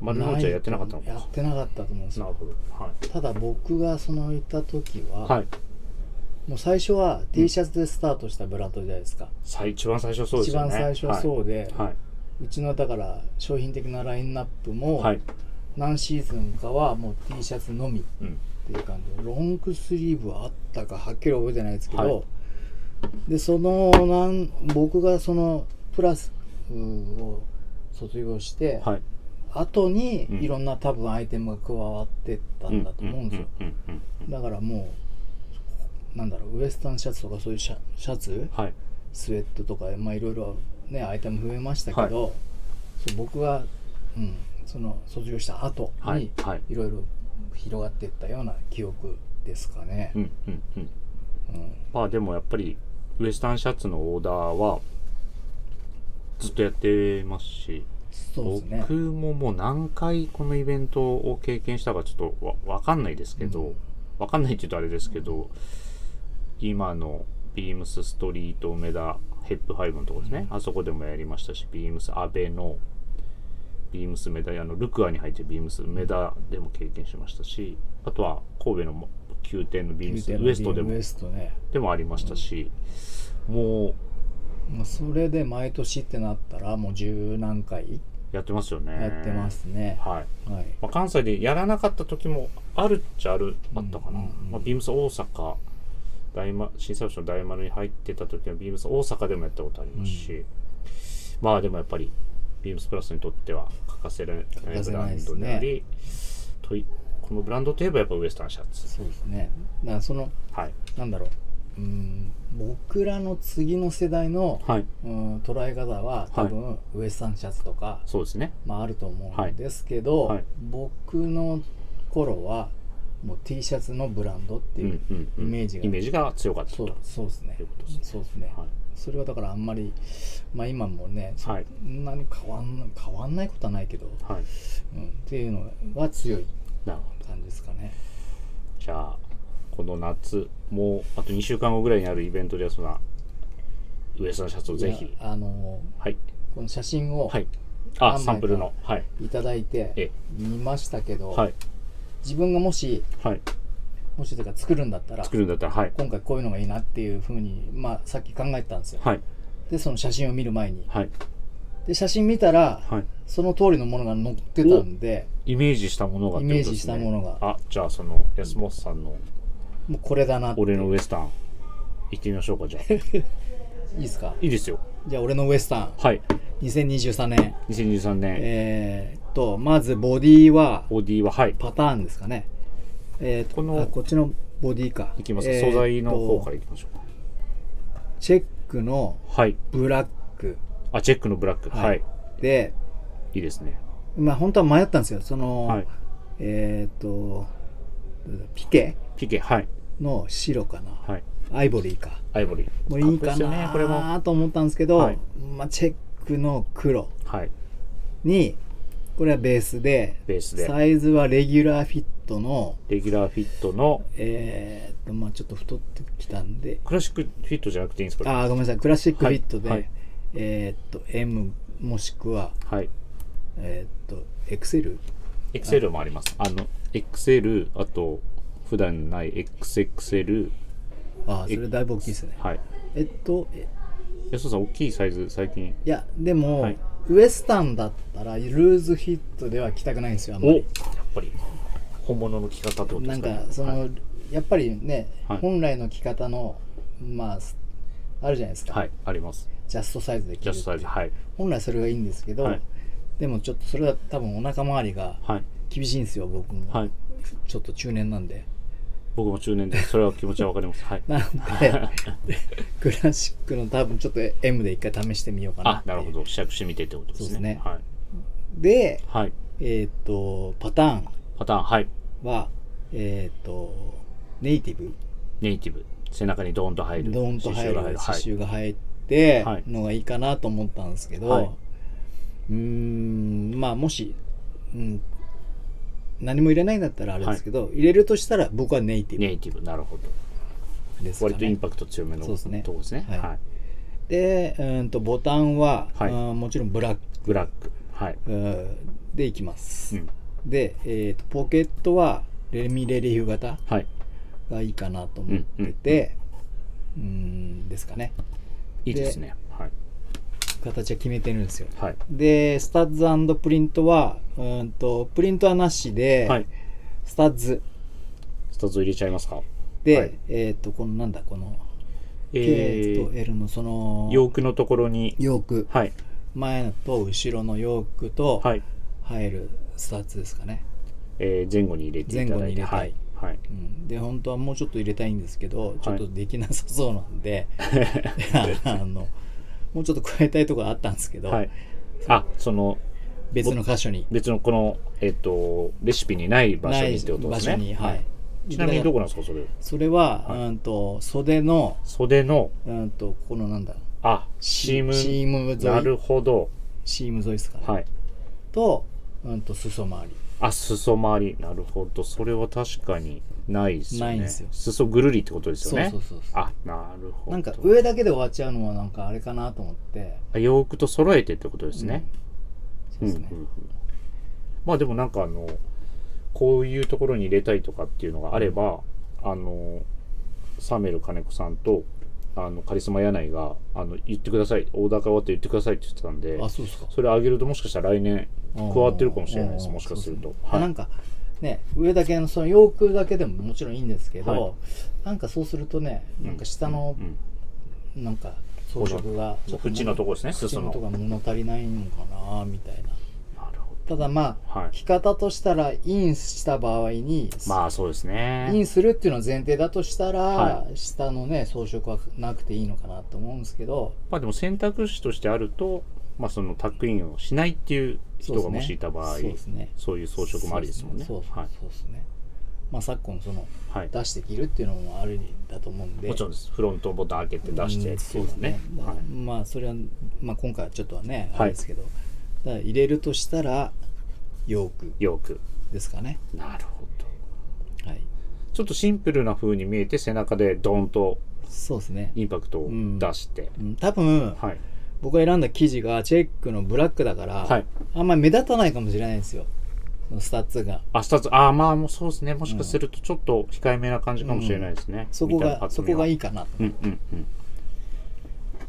[SPEAKER 1] 丸の内はやってなかったのか
[SPEAKER 2] やってなかったと思うんです
[SPEAKER 1] な
[SPEAKER 2] よ
[SPEAKER 1] るほどは
[SPEAKER 2] ただ僕がそのいた時は、
[SPEAKER 1] い、はい、
[SPEAKER 2] もう最初は T シャツでスタートしたブランドじゃないですか、
[SPEAKER 1] 最一番最初そうで
[SPEAKER 2] 一
[SPEAKER 1] すよ
[SPEAKER 2] 番
[SPEAKER 1] ね
[SPEAKER 2] 最初はそうで、
[SPEAKER 1] はいう
[SPEAKER 2] ちのだから商品的なラインナップも
[SPEAKER 1] はい、はい
[SPEAKER 2] 何シーズンかはもう T シャツのみっ
[SPEAKER 1] うん、
[SPEAKER 2] ていう感じでロングスリーブはあったかはっきり覚えてないですけど、
[SPEAKER 1] はい
[SPEAKER 2] でそのなん僕がそのプラスうんを卒業して、
[SPEAKER 1] はい
[SPEAKER 2] 後に
[SPEAKER 1] うん
[SPEAKER 2] いろんな多分アイテムが加わってったんだと思うんですよ、
[SPEAKER 1] うんうんうんうん
[SPEAKER 2] だからもうなんだろうウエスタンシャツとかそういうシャシャツ
[SPEAKER 1] はい
[SPEAKER 2] スウェットとかまあいろいろねアイテム増えましたけど、そう僕が、うん、その卒業した後
[SPEAKER 1] はい
[SPEAKER 2] に
[SPEAKER 1] はい
[SPEAKER 2] いろいろ広がっていったような記憶ですかね
[SPEAKER 1] う、んうんうん
[SPEAKER 2] うん
[SPEAKER 1] まあでもやっぱりウエスタンシャツのオーダーはずっとやってますし
[SPEAKER 2] そうですね
[SPEAKER 1] 僕ももう何回このイベントを経験したかちょっとわわかんないですけど、
[SPEAKER 2] うん
[SPEAKER 1] わかんないって言うとあれですけど、今のビームスストリート梅田ヘップハイブのところですね、あそこでもやりましたしビームス阿部のビームス梅田あのルクアに入ってるビームス梅田でも経験しましたしあとは神戸の宮殿のビームスウエストでも
[SPEAKER 2] ウエストね、
[SPEAKER 1] でもありましたし、もう
[SPEAKER 2] まあ、それで毎年ってなったらもう十何回
[SPEAKER 1] やってますよね
[SPEAKER 2] やってますね、
[SPEAKER 1] はい
[SPEAKER 2] はい
[SPEAKER 1] まあ、関西でやらなかった時もあるっちゃあるあったかな、
[SPEAKER 2] うんうんうん
[SPEAKER 1] まあ、ビームス大阪大、ま、新三橋の大丸に入ってた時はビームス大阪でもやったことありますし、まあでもやっぱりビームスプラスにとっては欠かせられないブランドでありといこのブランドといえばやっぱウエスタンシャツ
[SPEAKER 2] そうですねだからその
[SPEAKER 1] はい
[SPEAKER 2] なんだろううーん僕らの次の世代の、
[SPEAKER 1] はい
[SPEAKER 2] うん、捉え方は多分、ウエスタンシャツとか、
[SPEAKER 1] そうですね
[SPEAKER 2] まあ、あると思うんですけど、
[SPEAKER 1] はいはい
[SPEAKER 2] 僕の頃はもう T シャツのブランドって
[SPEAKER 1] う
[SPEAKER 2] いうん
[SPEAKER 1] うんうん
[SPEAKER 2] イメージが
[SPEAKER 1] イメージが強かったと
[SPEAKER 2] そうそうですね
[SPEAKER 1] ということですね
[SPEAKER 2] そうですね、
[SPEAKER 1] はい
[SPEAKER 2] それはだからあんまりまあ今もねそ
[SPEAKER 1] はい
[SPEAKER 2] んなに変わん変わんないことはないけど、
[SPEAKER 1] はい
[SPEAKER 2] うん、っていうのは強い
[SPEAKER 1] なるほど
[SPEAKER 2] 感じですかね
[SPEAKER 1] じゃあこの夏もうあと2週間後ぐらいにあるイベントではそんなウエスタンシャツをぜ
[SPEAKER 2] い
[SPEAKER 1] ひ
[SPEAKER 2] やあの
[SPEAKER 1] はい
[SPEAKER 2] この写真を
[SPEAKER 1] はい。あ、
[SPEAKER 2] 何枚か
[SPEAKER 1] サンプルの。はい。
[SPEAKER 2] いただい
[SPEAKER 1] え
[SPEAKER 2] て見ましたけど、
[SPEAKER 1] はい。
[SPEAKER 2] 自分がもし
[SPEAKER 1] はい。
[SPEAKER 2] もしというか作るんだったら
[SPEAKER 1] 作るんだったら、はい。
[SPEAKER 2] 今回こういうのがいいなっていうふうに、まあ、さっき考えてたんですよ、
[SPEAKER 1] はい。
[SPEAKER 2] でその写真を見る前に
[SPEAKER 1] はい。
[SPEAKER 2] で写真見たら、
[SPEAKER 1] はい。
[SPEAKER 2] その通りのものが載ってたんで
[SPEAKER 1] イメージしたものがってことですね
[SPEAKER 2] イメージしたものが
[SPEAKER 1] あ、じゃあその、安本さんの、
[SPEAKER 2] もうこれだなって
[SPEAKER 1] 俺のウエスタン、行ってみましょうか、じゃ あ。い
[SPEAKER 2] いいですか
[SPEAKER 1] いですよ。
[SPEAKER 2] じゃあ俺のウエスタン
[SPEAKER 1] はい。
[SPEAKER 2] 2023年
[SPEAKER 1] 2023年、
[SPEAKER 2] えー、っとまずボディは
[SPEAKER 1] OD は、はい。
[SPEAKER 2] パターンですかねえーっと
[SPEAKER 1] この
[SPEAKER 2] あこっちのボディか
[SPEAKER 1] いきます。
[SPEAKER 2] えーっ
[SPEAKER 1] 素
[SPEAKER 2] と
[SPEAKER 1] 材の方からいきましょうか。
[SPEAKER 2] チェックの
[SPEAKER 1] はい。
[SPEAKER 2] ブラック
[SPEAKER 1] あ、チェックのブラック。はい。
[SPEAKER 2] で
[SPEAKER 1] いいですね。
[SPEAKER 2] まあ本当は迷ったんですよその、
[SPEAKER 1] はい。
[SPEAKER 2] えーっとピケ
[SPEAKER 1] ピケ、はい。
[SPEAKER 2] の白かな、
[SPEAKER 1] はい。
[SPEAKER 2] アイボリーか
[SPEAKER 1] アイボリー。
[SPEAKER 2] もういいか
[SPEAKER 1] っこですよね、これも。
[SPEAKER 2] なと思ったんですけど、
[SPEAKER 1] はい
[SPEAKER 2] まあ、チェックの黒
[SPEAKER 1] はい。
[SPEAKER 2] にこれはベースで
[SPEAKER 1] ベースで。
[SPEAKER 2] サイズはレギュラーフィットの
[SPEAKER 1] レギュラーフィットの、
[SPEAKER 2] えーっとまあちょっと太ってきたんで
[SPEAKER 1] クラシックフィットじゃなくていいんですかこれ
[SPEAKER 2] あーごめんなさいクラシックフィットで、
[SPEAKER 1] はいはい
[SPEAKER 2] えーっと M もしくは
[SPEAKER 1] はい。
[SPEAKER 2] えーっとエクセル
[SPEAKER 1] エクセルもあります。あの、エクセル、あと、普段ない XXL。
[SPEAKER 2] ああそれだいぶ大きいですね
[SPEAKER 1] はい。
[SPEAKER 2] えっとえ
[SPEAKER 1] 安田さん、大きいサイズ、最近。
[SPEAKER 2] いやでも、
[SPEAKER 1] はい
[SPEAKER 2] ウエスタンだったらルーズフィットでは着たくないんですよあんま
[SPEAKER 1] おやっ
[SPEAKER 2] り
[SPEAKER 1] ぱり、本物の着方ってことで
[SPEAKER 2] な
[SPEAKER 1] す
[SPEAKER 2] ん
[SPEAKER 1] か、ね、
[SPEAKER 2] かその、
[SPEAKER 1] はい。
[SPEAKER 2] やっぱりね、
[SPEAKER 1] はい
[SPEAKER 2] 本来の着方のまあすあるじゃないですか、
[SPEAKER 1] はい、あります。
[SPEAKER 2] ジャストサイズで着
[SPEAKER 1] ジャ
[SPEAKER 2] るってい
[SPEAKER 1] ス
[SPEAKER 2] う
[SPEAKER 1] トサイズ。はい。
[SPEAKER 2] 本来それがいいんですけど、
[SPEAKER 1] はい
[SPEAKER 2] でもちょっとそれは多分お腹周りが
[SPEAKER 1] はい。
[SPEAKER 2] 厳しいんですよ僕も、
[SPEAKER 1] はい。
[SPEAKER 2] ちょっと中年なんで
[SPEAKER 1] 僕も中年で、それは気持ちはわかります。はい。
[SPEAKER 2] なの でクラシックの多分ちょっと M で一回試してみようかな
[SPEAKER 1] あ
[SPEAKER 2] っ、てい
[SPEAKER 1] な
[SPEAKER 2] う
[SPEAKER 1] るほど。試着してみてってことですね。
[SPEAKER 2] そうですね
[SPEAKER 1] はい。
[SPEAKER 2] で
[SPEAKER 1] はい。
[SPEAKER 2] えっ、とパターン
[SPEAKER 1] パターン、はい。
[SPEAKER 2] はえっ、とネイティブ
[SPEAKER 1] ネイティブ。背中にドーンと入る。
[SPEAKER 2] ドーンと入る刺
[SPEAKER 1] はい。
[SPEAKER 2] 繍が入って
[SPEAKER 1] はい
[SPEAKER 2] のがいいかなと思ったんですけど、
[SPEAKER 1] はいう
[SPEAKER 2] ーんまあもし、うん、何も入れないんだったらあれですけど、入れるとしたら僕はネイティ
[SPEAKER 1] ネイティブ、なるほど。
[SPEAKER 2] ブですか、ね、
[SPEAKER 1] 割とインパクト強めの
[SPEAKER 2] そうですね
[SPEAKER 1] とこですね。
[SPEAKER 2] はい
[SPEAKER 1] はい。
[SPEAKER 2] で、うん、とボタンは、
[SPEAKER 1] はい
[SPEAKER 2] うんもちろんブラック
[SPEAKER 1] ブラック。はい。
[SPEAKER 2] うんでいきます、
[SPEAKER 1] うん。
[SPEAKER 2] で、えー、とポケットはレミレリーフ型
[SPEAKER 1] はい。
[SPEAKER 2] がいいかなと思っててうーんですかね
[SPEAKER 1] いいですね。はい。
[SPEAKER 2] 形は決めてるんですよ
[SPEAKER 1] はい。
[SPEAKER 2] でスタッズプリントはうーんとプリントはなしで、
[SPEAKER 1] はい。
[SPEAKER 2] スタッズ
[SPEAKER 1] スタズを入れちゃいますか。
[SPEAKER 2] で、
[SPEAKER 1] はい
[SPEAKER 2] えっ、とこのなんだこの K
[SPEAKER 1] え
[SPEAKER 2] と
[SPEAKER 1] ー、
[SPEAKER 2] L のその
[SPEAKER 1] 洋服のところに、
[SPEAKER 2] ヨーク
[SPEAKER 1] はい。
[SPEAKER 2] 前と後ろのヨークと
[SPEAKER 1] はい。
[SPEAKER 2] 入るスタッズですかね、
[SPEAKER 1] えー、前後に入れていた
[SPEAKER 2] 前後
[SPEAKER 1] だ
[SPEAKER 2] に
[SPEAKER 1] い
[SPEAKER 2] 入
[SPEAKER 1] て、
[SPEAKER 2] れた
[SPEAKER 1] はいい。はい。
[SPEAKER 2] うん、で本当はもうちょっと入れたいんですけどちょっとできなさそうな んで、あのもうちょっと加えたいところあったんですけど、
[SPEAKER 1] はい。あ、その、
[SPEAKER 2] 別の箇所に
[SPEAKER 1] 別のこの、えっ、と、レシピにない場所
[SPEAKER 2] な
[SPEAKER 1] に
[SPEAKER 2] い
[SPEAKER 1] ってことで
[SPEAKER 2] 場
[SPEAKER 1] す
[SPEAKER 2] 所
[SPEAKER 1] ね。
[SPEAKER 2] に、はい。
[SPEAKER 1] ちなみにどこなんですか、それ。
[SPEAKER 2] それは、
[SPEAKER 1] はい
[SPEAKER 2] うんと袖の
[SPEAKER 1] 袖の、
[SPEAKER 2] うんとこのなんだ
[SPEAKER 1] あ、シーム、
[SPEAKER 2] シーム沿い
[SPEAKER 1] なるほど。
[SPEAKER 2] シーム沿いですかね、
[SPEAKER 1] はい。
[SPEAKER 2] と,、うん、と裾周り
[SPEAKER 1] あ、裾回り。なるほど。それは確かにないですよね。
[SPEAKER 2] ないんですよ
[SPEAKER 1] 裾ぐるりってことですよね。
[SPEAKER 2] そうそうそうそう
[SPEAKER 1] あ、なるほど。
[SPEAKER 2] なんか上だけで終わっちゃうのはなんかあれかなと思って
[SPEAKER 1] あ洋服と揃えてってことですね。
[SPEAKER 2] そうですね、
[SPEAKER 1] うんうんうんまあでもなんかあの、こういうところに入れたいとかっていうのがあれば、あの、サメル金子さんと、あの、カリスマ柳井が、あの、言ってください。オーダーが終わって言ってくださいって言ってたんで、
[SPEAKER 2] あそうですか
[SPEAKER 1] それあげるともしかしたら来年加わってるかもしれないです。
[SPEAKER 2] うん
[SPEAKER 1] もしかする
[SPEAKER 2] そう
[SPEAKER 1] と
[SPEAKER 2] で。ね
[SPEAKER 1] はい
[SPEAKER 2] なんかね上だけのその洋服だけでももちろんいいんですけど、
[SPEAKER 1] はい
[SPEAKER 2] なんかそうするとねなんか下の
[SPEAKER 1] うんうん
[SPEAKER 2] なんか装飾がちょっと
[SPEAKER 1] 口のとこですね、裾
[SPEAKER 2] 口の
[SPEAKER 1] の。
[SPEAKER 2] とか物足りないのかなみたいな
[SPEAKER 1] なるほど。
[SPEAKER 2] ただまあ、
[SPEAKER 1] はい
[SPEAKER 2] 着方としたらインした場合に、
[SPEAKER 1] まあそうです
[SPEAKER 2] イ
[SPEAKER 1] ね。
[SPEAKER 2] ンするっていうのは前提だとしたら、
[SPEAKER 1] は
[SPEAKER 2] 下のね装飾はなくていいのかなと思うんですけど
[SPEAKER 1] まあでも選択肢としてあると、まあそのタックインをしないっていう人がもしいた場合、
[SPEAKER 2] そうですね
[SPEAKER 1] そういう装飾もありですもんね。
[SPEAKER 2] そうそう
[SPEAKER 1] はい。
[SPEAKER 2] そうですね、まあ昨今その
[SPEAKER 1] はい。
[SPEAKER 2] 出して着るっていうのもあるだと思うんで
[SPEAKER 1] もちろんです。フロントボタン開けて出して
[SPEAKER 2] うん
[SPEAKER 1] って
[SPEAKER 2] そ
[SPEAKER 1] いうう
[SPEAKER 2] で
[SPEAKER 1] の
[SPEAKER 2] すね
[SPEAKER 1] ね。は
[SPEAKER 2] まあ
[SPEAKER 1] い。
[SPEAKER 2] まあそれは、まあ、今回はちょっとはね
[SPEAKER 1] はい
[SPEAKER 2] あれですけど、だから入れるとしたら洋服
[SPEAKER 1] よく。
[SPEAKER 2] ですかね
[SPEAKER 1] なるほど。
[SPEAKER 2] はい
[SPEAKER 1] ちょっとシンプルな風に見えて背中でドンと
[SPEAKER 2] そうですね
[SPEAKER 1] インパクトを出して。
[SPEAKER 2] うん多分、
[SPEAKER 1] はい。
[SPEAKER 2] 僕が選んだ生地がチェックのブラックだから、
[SPEAKER 1] はい。
[SPEAKER 2] あんまり目立たないかもしれないんですよそのスタッツが
[SPEAKER 1] あ、二つ、あーまあもうそうですね。もしかするとちょっと控えめな感じかもしれないですね。
[SPEAKER 2] そこ
[SPEAKER 1] 見た
[SPEAKER 2] がそ
[SPEAKER 1] 厚み
[SPEAKER 2] こ
[SPEAKER 1] は
[SPEAKER 2] がいいかなと、
[SPEAKER 1] うんうんうん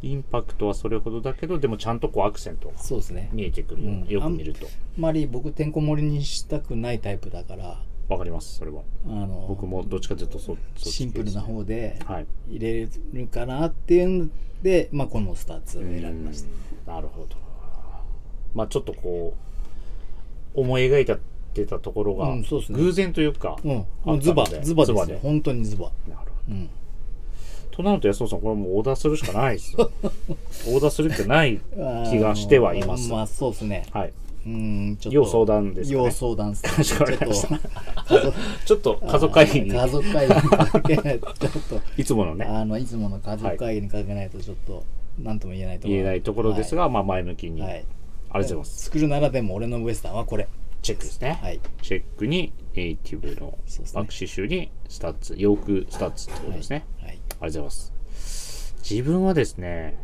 [SPEAKER 1] インパクトはそれほどだけどでもちゃんとこうアクセントが
[SPEAKER 2] そうですね
[SPEAKER 1] 見えてくるよ,、
[SPEAKER 2] うん
[SPEAKER 1] よく見ると
[SPEAKER 2] あんまり僕てんこ盛りにしたくないタイプだから
[SPEAKER 1] わかりますそれは
[SPEAKER 2] あの
[SPEAKER 1] 僕もどっちかというとそそっち
[SPEAKER 2] シンプルな方で
[SPEAKER 1] はい
[SPEAKER 2] 入れるかなっていうんで、まあ、このスタッツを選びました
[SPEAKER 1] うんなるほどまあちょっとこう思い描いたってたところが、
[SPEAKER 2] うんそうっすね
[SPEAKER 1] 偶然というか、
[SPEAKER 2] うん、
[SPEAKER 1] あ
[SPEAKER 2] もうズバ
[SPEAKER 1] なので
[SPEAKER 2] ズバ
[SPEAKER 1] ズ
[SPEAKER 2] で
[SPEAKER 1] バ
[SPEAKER 2] す
[SPEAKER 1] で
[SPEAKER 2] よ本当にズバ、
[SPEAKER 1] なるほど
[SPEAKER 2] うん、
[SPEAKER 1] となると安尾さんこれはもうオーダーするしかないです よオーダーするってない気がしてはいます
[SPEAKER 2] あのまあそうですね
[SPEAKER 1] はい
[SPEAKER 2] うんちょっと
[SPEAKER 1] 要相談ですかね
[SPEAKER 2] 要相談です
[SPEAKER 1] かしこまりまし
[SPEAKER 2] ちょっと
[SPEAKER 1] ちょっと家族会議に
[SPEAKER 2] あー家族会議にかけないとちょっと
[SPEAKER 1] いつものね
[SPEAKER 2] あのいつもの家族会議にかけないとちょっと何とも言えないところ
[SPEAKER 1] 言えないところですが、まあ前向きに、
[SPEAKER 2] はい、はい
[SPEAKER 1] ありがとうございます、
[SPEAKER 2] 作るならでも俺のウエスタンはこれ
[SPEAKER 1] チェックですね、
[SPEAKER 2] はい
[SPEAKER 1] チェックにネイティブの
[SPEAKER 2] そうですね
[SPEAKER 1] バック刺繍にスタッツ、洋服スタッツってことですね。
[SPEAKER 2] は
[SPEAKER 1] あ
[SPEAKER 2] い
[SPEAKER 1] りがとうございます。自分はですね、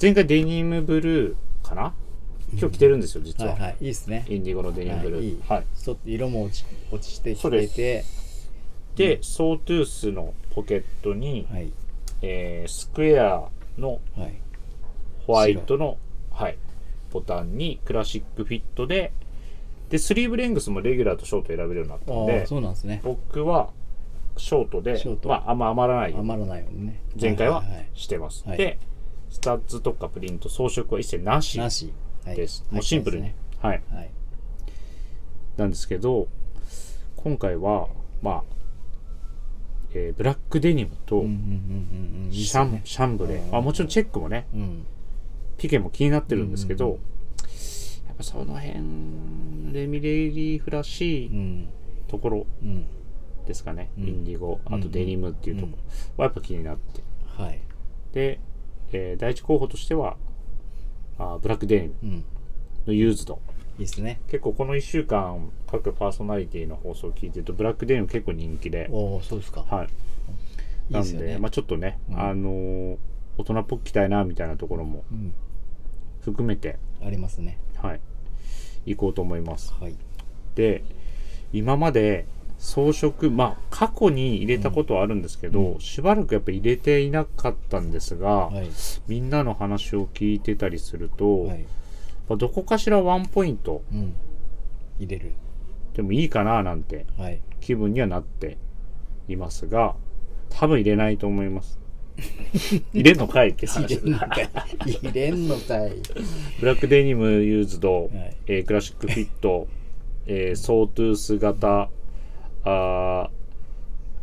[SPEAKER 1] 前回デニムブルー、かな今日着てるんですよ、実は。
[SPEAKER 2] はいはいいいですね
[SPEAKER 1] インディゴのデニムブル
[SPEAKER 2] はいい
[SPEAKER 1] ー
[SPEAKER 2] い。
[SPEAKER 1] はい。
[SPEAKER 2] ちょっと色も落ち落ちて
[SPEAKER 1] そ
[SPEAKER 2] き
[SPEAKER 1] うで
[SPEAKER 2] て
[SPEAKER 1] す
[SPEAKER 2] て
[SPEAKER 1] で、ソートゥースのポケットに、
[SPEAKER 2] はい
[SPEAKER 1] えースクエアの
[SPEAKER 2] はい
[SPEAKER 1] ホワイトの、はい、ボタンにクラシックフィットで、で、スリーブレングスもレギュラーとショート選べるようになったん
[SPEAKER 2] ああ
[SPEAKER 1] で、
[SPEAKER 2] そうなんですね
[SPEAKER 1] 僕はショートで、
[SPEAKER 2] ショート
[SPEAKER 1] まあ、あんま余らないように
[SPEAKER 2] 余らないようにね
[SPEAKER 1] 前回はい
[SPEAKER 2] いい
[SPEAKER 1] してます。
[SPEAKER 2] はい
[SPEAKER 1] で、スタッズとかプリント、装飾は一切なし
[SPEAKER 2] なしはい
[SPEAKER 1] です。
[SPEAKER 2] はい
[SPEAKER 1] もうシンプルに、
[SPEAKER 2] そうで
[SPEAKER 1] はい。
[SPEAKER 2] すねはい
[SPEAKER 1] なんですけど、今回は、まあ、えーブラックデニムと
[SPEAKER 2] うんうんうんうんうんいいっ
[SPEAKER 1] シ
[SPEAKER 2] す
[SPEAKER 1] ャ
[SPEAKER 2] よ
[SPEAKER 1] ン,、
[SPEAKER 2] ね
[SPEAKER 1] シャンブレー、あ、もちろんチェックもね、
[SPEAKER 2] うん
[SPEAKER 1] ピケも気になってるんですけど、
[SPEAKER 2] うんうん
[SPEAKER 1] やっぱその辺、レミレリーフらし
[SPEAKER 2] う
[SPEAKER 1] い
[SPEAKER 2] ん
[SPEAKER 1] ところ
[SPEAKER 2] うん
[SPEAKER 1] ですかね、
[SPEAKER 2] うん
[SPEAKER 1] インディゴ、あとデニムっていうところはやっぱ気になって。
[SPEAKER 2] はい
[SPEAKER 1] で、えー第一候補としては、あーブラックデニム
[SPEAKER 2] うんい
[SPEAKER 1] のユーズド。
[SPEAKER 2] いですね
[SPEAKER 1] 結構この1週間、各パーソナリティの放送を聞いてると、ブラックデニム結構人気で、
[SPEAKER 2] おおそうですか
[SPEAKER 1] はい。
[SPEAKER 2] いい
[SPEAKER 1] な
[SPEAKER 2] で
[SPEAKER 1] ん
[SPEAKER 2] す
[SPEAKER 1] で、
[SPEAKER 2] よね
[SPEAKER 1] まあちょっとね、
[SPEAKER 2] うん
[SPEAKER 1] あのー大人っぽく着たいなみたいなところも
[SPEAKER 2] うん
[SPEAKER 1] 含めて、
[SPEAKER 2] ありますね
[SPEAKER 1] はい、行こうと思います。
[SPEAKER 2] はい
[SPEAKER 1] で、今まで装飾、まあ過去に入れたことはあるんですけど、
[SPEAKER 2] うんうん
[SPEAKER 1] しばらくやっぱ入れていなかったんですが、
[SPEAKER 2] はい
[SPEAKER 1] みんなの話を聞いてたりすると、
[SPEAKER 2] はい
[SPEAKER 1] まあどこかしらワンポイント
[SPEAKER 2] うん入れる
[SPEAKER 1] でもいいかななんて
[SPEAKER 2] はい
[SPEAKER 1] 気分にはなっていますが、多分入れないと思います。入れんのかいって話
[SPEAKER 2] 入れんの かい入れんのかい
[SPEAKER 1] ブラックデニムユーズド、
[SPEAKER 2] い
[SPEAKER 1] えークラシックフィット、 えーソートゥース型、あー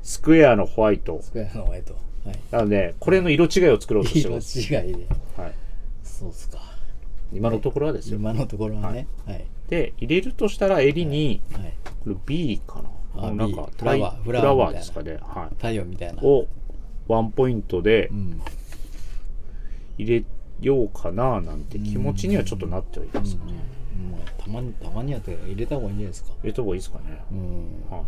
[SPEAKER 1] スクエアのホワイト。
[SPEAKER 2] スクエ アのワイトはい
[SPEAKER 1] なので、これの色違いを作ろうとして
[SPEAKER 2] 色
[SPEAKER 1] ます。
[SPEAKER 2] 違いで
[SPEAKER 1] はい、
[SPEAKER 2] そうっすか
[SPEAKER 1] 今のところはですよ。
[SPEAKER 2] 今のところはねはい
[SPEAKER 1] で、入れるとしたら襟に、
[SPEAKER 2] はい
[SPEAKER 1] これ B かな
[SPEAKER 2] あ
[SPEAKER 1] このなんか
[SPEAKER 2] B
[SPEAKER 1] タイ
[SPEAKER 2] フラワー
[SPEAKER 1] フ
[SPEAKER 2] フ
[SPEAKER 1] ラ
[SPEAKER 2] ラワー
[SPEAKER 1] ワーですかね。は、
[SPEAKER 2] 太陽みたいない
[SPEAKER 1] をワンポイントで
[SPEAKER 2] うん
[SPEAKER 1] 入れようかななんて気持ちにはちょっとなってはいますね。
[SPEAKER 2] うんまあたまにたまにはって入れた方がいいんじゃないですか
[SPEAKER 1] 入れた方がいいですかね。
[SPEAKER 2] うん
[SPEAKER 1] は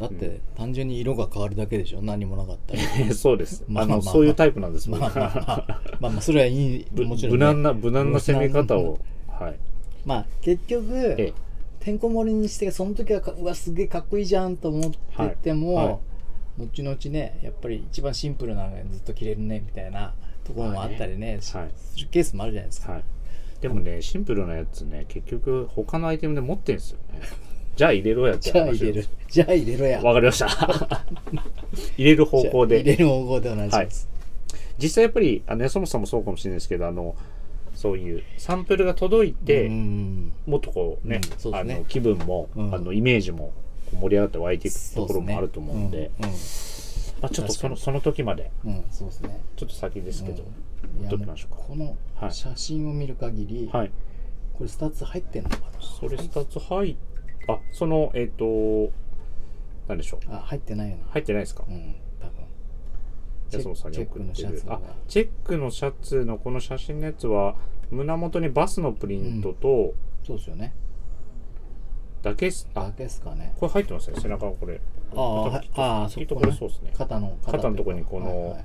[SPEAKER 2] だって単純に色が変わるだけでしょ何もなかっ たら
[SPEAKER 1] い、そうです。
[SPEAKER 2] ま
[SPEAKER 1] あ
[SPEAKER 2] あまあ
[SPEAKER 1] の、
[SPEAKER 2] まあ
[SPEAKER 1] そういうタイプなんです。
[SPEAKER 2] まあ
[SPEAKER 1] 僕
[SPEAKER 2] まあまあまあまあそれはいい
[SPEAKER 1] ぶ
[SPEAKER 2] もちろん
[SPEAKER 1] 無
[SPEAKER 2] ね
[SPEAKER 1] 難な無難な攻め方を、はい、
[SPEAKER 2] まあ結
[SPEAKER 1] え
[SPEAKER 2] 局てんこ盛りにしてその時はかうわすげえかっこいいじゃんと思ってても、
[SPEAKER 1] はいは
[SPEAKER 2] 後々ねやっぱり一番シンプルなのがずっと着れるねみたいなところもあったりね、し
[SPEAKER 1] はい
[SPEAKER 2] するケースもあるじゃないですか、
[SPEAKER 1] はい。でもね、シンプルなやつね、結局他のアイテムで持ってんですよね。 じゃあ入れろやって
[SPEAKER 2] じゃあ
[SPEAKER 1] 話
[SPEAKER 2] 入
[SPEAKER 1] で
[SPEAKER 2] れる
[SPEAKER 1] す。
[SPEAKER 2] じゃあ入れろや
[SPEAKER 1] わかりました。 入れる方向
[SPEAKER 2] じゃあ入れ
[SPEAKER 1] で。
[SPEAKER 2] る方向でお願いします、
[SPEAKER 1] 実際やっぱり、あの、そもそもそうかもしれないですけど、あの、そういうサンプルが届いて、
[SPEAKER 2] うん
[SPEAKER 1] もっとこうね、
[SPEAKER 2] うんそうで
[SPEAKER 1] あ
[SPEAKER 2] すね
[SPEAKER 1] の気分も、
[SPEAKER 2] うん
[SPEAKER 1] あのイメージもこう盛り上がって湧いていく
[SPEAKER 2] そ
[SPEAKER 1] と
[SPEAKER 2] う
[SPEAKER 1] こ
[SPEAKER 2] で
[SPEAKER 1] ろ
[SPEAKER 2] すね
[SPEAKER 1] もあると思うんで、まあ、ちょっとそのその時まで、
[SPEAKER 2] うん、うんそうですね
[SPEAKER 1] ちょっと先ですけど、
[SPEAKER 2] いや
[SPEAKER 1] 撮ってみましょうか
[SPEAKER 2] この
[SPEAKER 1] はい
[SPEAKER 2] 写真を見る限り、
[SPEAKER 1] はい。
[SPEAKER 2] これスタッツ入ってんのか
[SPEAKER 1] それ2つ入っあそのえっ、となんでしょう
[SPEAKER 2] なあ入ってないよな
[SPEAKER 1] 入ってないですか
[SPEAKER 2] うん多分
[SPEAKER 1] 安本さんに送って
[SPEAKER 2] チェックのシャ
[SPEAKER 1] る
[SPEAKER 2] ツが
[SPEAKER 1] あチェックのシャツのこの写真のやつは胸元にバスのプリントと
[SPEAKER 2] そうですよね
[SPEAKER 1] だけっす、
[SPEAKER 2] だ
[SPEAKER 1] あ
[SPEAKER 2] けですかね
[SPEAKER 1] これ入ってますね背中のこれ
[SPEAKER 2] ああはいああ
[SPEAKER 1] い
[SPEAKER 2] そ
[SPEAKER 1] いと
[SPEAKER 2] こ
[SPEAKER 1] ころ
[SPEAKER 2] ね
[SPEAKER 1] そうですね
[SPEAKER 2] 肩の
[SPEAKER 1] 肩のとこに
[SPEAKER 2] っていう
[SPEAKER 1] この
[SPEAKER 2] かはいはいはい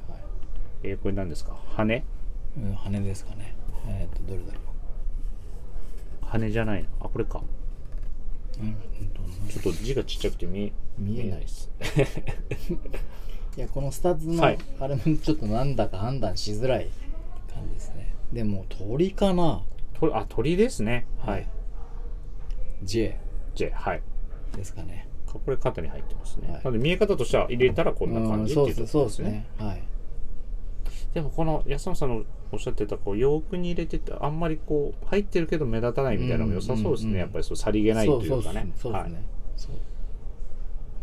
[SPEAKER 1] えーこれ何ですか羽
[SPEAKER 2] うん羽ですかねえっとどれだろ
[SPEAKER 1] 羽じゃないなあこれか
[SPEAKER 2] ううんうんと
[SPEAKER 1] ちょっと字がちっちゃくて見
[SPEAKER 2] 見えない
[SPEAKER 1] です
[SPEAKER 2] いやこのスタッツの
[SPEAKER 1] はい
[SPEAKER 2] あれも ちょっとなんだか判断しづらい感じですねでも鳥かな
[SPEAKER 1] とあ鳥ですねはい、
[SPEAKER 2] J
[SPEAKER 1] J はい
[SPEAKER 2] ですかね
[SPEAKER 1] これ肩に入ってますね、
[SPEAKER 2] は
[SPEAKER 1] な
[SPEAKER 2] い
[SPEAKER 1] ので見え方としては入れたらこんな感じって
[SPEAKER 2] う
[SPEAKER 1] い
[SPEAKER 2] ん
[SPEAKER 1] うところ
[SPEAKER 2] そうですねはい
[SPEAKER 1] でもこの安野さんのおっしゃってたこう洋服に入れててあんまりこう入ってるけど目立たないみたいなのも良さそうですね、
[SPEAKER 2] うんうんうん
[SPEAKER 1] やっぱりそうさりげないというかね
[SPEAKER 2] そうそうそうですね、そう
[SPEAKER 1] はい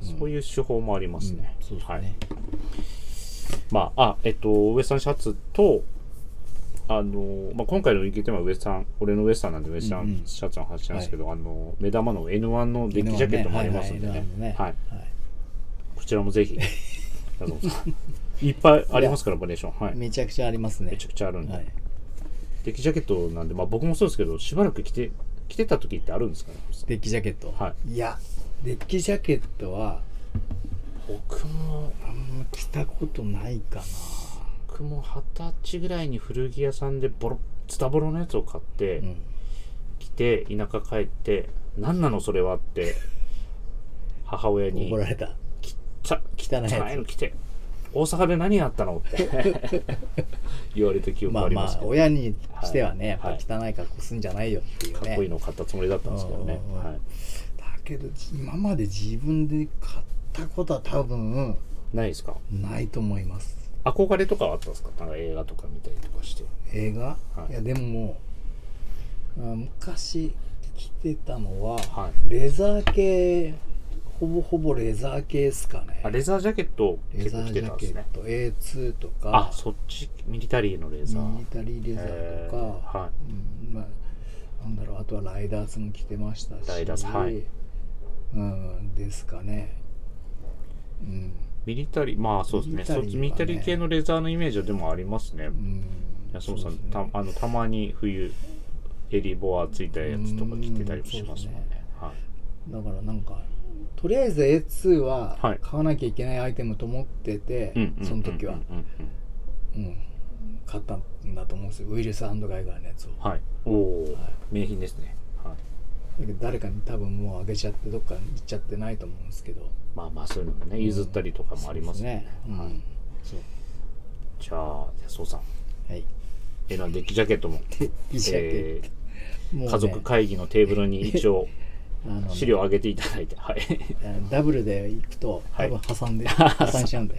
[SPEAKER 1] そういう手法もありますね、
[SPEAKER 2] そうですね、
[SPEAKER 1] はい、まああえっとウエスタンシャツとあの、まあ、今回のイケテーマはウエスタン俺のウエスタンなんでウエスタ
[SPEAKER 2] うんうん
[SPEAKER 1] ンシャツの話なんですけど、あの目玉の N1 のデッキジャケットもありますんでね
[SPEAKER 2] はいはい
[SPEAKER 1] は
[SPEAKER 2] はい
[SPEAKER 1] い
[SPEAKER 2] はい
[SPEAKER 1] こちらもぜ ひ安野さんいっぱいありますからバリエーションはい
[SPEAKER 2] めちゃくちゃありますね
[SPEAKER 1] めちゃくちゃあるんで、
[SPEAKER 2] はい
[SPEAKER 1] デッキジャケットなんで、まあ、僕もそうですけどしばらく着て着てた時ってあるんですかね
[SPEAKER 2] デッキジャケット
[SPEAKER 1] はい
[SPEAKER 2] やデッキジャケットは
[SPEAKER 1] 僕も
[SPEAKER 2] あんま着たことないかな
[SPEAKER 1] 僕も二十歳ぐらいに古着屋さんでボロッスタボロのやつを買って、
[SPEAKER 2] うん
[SPEAKER 1] 来て田舎帰って「何なのそれは」って母親に
[SPEAKER 2] 怒られた
[SPEAKER 1] 「ちゃ
[SPEAKER 2] 汚いやつ
[SPEAKER 1] 汚いの来て大阪で何があったの?」って 言われた記憶
[SPEAKER 2] ま
[SPEAKER 1] あ
[SPEAKER 2] あ
[SPEAKER 1] りま
[SPEAKER 2] ますあ
[SPEAKER 1] けど、
[SPEAKER 2] 親にしてはね、
[SPEAKER 1] はい
[SPEAKER 2] やっぱ汚い格好すんじゃないよっていうね
[SPEAKER 1] かっこいいのを買ったつもりだったんですけどね
[SPEAKER 2] うんうんうん
[SPEAKER 1] はい
[SPEAKER 2] だけど今まで自分で買ったことは多分
[SPEAKER 1] ないですか
[SPEAKER 2] ないと思います
[SPEAKER 1] 憧れとかはあったんですかなんか映画とか見たりとかして
[SPEAKER 2] 映画、
[SPEAKER 1] はい
[SPEAKER 2] い、やでもあ昔着てたのは、
[SPEAKER 1] は
[SPEAKER 2] レザー系ほぼほぼレザー系っすかね
[SPEAKER 1] あレザージャケット
[SPEAKER 2] レ
[SPEAKER 1] 結
[SPEAKER 2] ザ
[SPEAKER 1] 構着
[SPEAKER 2] ー
[SPEAKER 1] て
[SPEAKER 2] ジ
[SPEAKER 1] た
[SPEAKER 2] ャ
[SPEAKER 1] んで
[SPEAKER 2] ケ
[SPEAKER 1] す
[SPEAKER 2] ッ
[SPEAKER 1] ね
[SPEAKER 2] ト A2 と
[SPEAKER 1] あ
[SPEAKER 2] か
[SPEAKER 1] そっちミリタリーのレザー
[SPEAKER 2] ミリタリーレザーとか、
[SPEAKER 1] へーはい
[SPEAKER 2] うんまあ、なんだろうあとはライダースも着てましたし
[SPEAKER 1] ライダースはい
[SPEAKER 2] うん、ですかね、うん
[SPEAKER 1] ミリタリーまあそうですね
[SPEAKER 2] ミリタリーはね
[SPEAKER 1] そっちミリタリー系のレザーのイメージはでもありますね、
[SPEAKER 2] うん、
[SPEAKER 1] 安本さん、
[SPEAKER 2] そうですね
[SPEAKER 1] たあのたまに冬襟ボアついたやつとか着てたりもしますもんね
[SPEAKER 2] うんそうですね
[SPEAKER 1] はい、
[SPEAKER 2] だからなんかとりあえず A2 は
[SPEAKER 1] はい
[SPEAKER 2] 買わなきゃいけないアイテムと思ってて、
[SPEAKER 1] うんうんうんうん
[SPEAKER 2] その時は、
[SPEAKER 1] うんうん
[SPEAKER 2] うん、買ったんだと思うんですよウイルスガイガーのやつを
[SPEAKER 1] はいおおー、
[SPEAKER 2] はい
[SPEAKER 1] 名品ですね、はい、
[SPEAKER 2] だけど誰かに多分もうあげちゃってどっかに行っちゃってないと思うんですけど
[SPEAKER 1] まあまあそういうのもね譲ったりとかもありますね,、
[SPEAKER 2] うんそうですね
[SPEAKER 1] じゃあ安本さん
[SPEAKER 2] うんはい
[SPEAKER 1] えらデッキジャケットも
[SPEAKER 2] でいいジャケッ
[SPEAKER 1] え
[SPEAKER 2] トもう
[SPEAKER 1] ー
[SPEAKER 2] ね
[SPEAKER 1] 家族会議のテーブルに一 応
[SPEAKER 2] あのね
[SPEAKER 1] 資料を上げていただいて、はい、
[SPEAKER 2] あのダブルで行くと
[SPEAKER 1] は
[SPEAKER 2] 多
[SPEAKER 1] い
[SPEAKER 2] 分破産で、破産しちゃう んで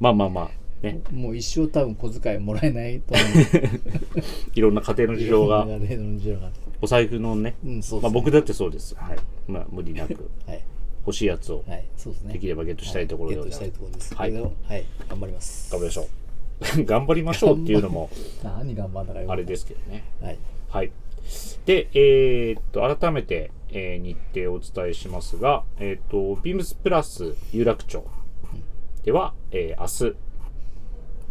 [SPEAKER 1] まあまあまあね
[SPEAKER 2] もう一生多分小遣いもらえない と思うんです
[SPEAKER 1] いろんな家庭の事情 が
[SPEAKER 2] いろんなねいろんな事情があって
[SPEAKER 1] お財布のね、
[SPEAKER 2] うんそうですね
[SPEAKER 1] まあ、僕だってそうです、はいまあ、無理な く
[SPEAKER 2] はい
[SPEAKER 1] 欲しいやつを
[SPEAKER 2] はいそうですね
[SPEAKER 1] できればゲットしたいところで
[SPEAKER 2] は
[SPEAKER 1] ご
[SPEAKER 2] いゲットし
[SPEAKER 1] ざ
[SPEAKER 2] た
[SPEAKER 1] い
[SPEAKER 2] い
[SPEAKER 1] ます
[SPEAKER 2] とこ
[SPEAKER 1] は
[SPEAKER 2] ろです
[SPEAKER 1] い
[SPEAKER 2] けどはい頑張ります
[SPEAKER 1] 頑張りましょう 頑張りましょうっていうのも
[SPEAKER 2] 何頑張んだかよ
[SPEAKER 1] あれですけどね
[SPEAKER 2] はい
[SPEAKER 1] はいでえーっと改めて、えー日程をお伝えしますがえーっとビームスプラス有楽町では、えー明日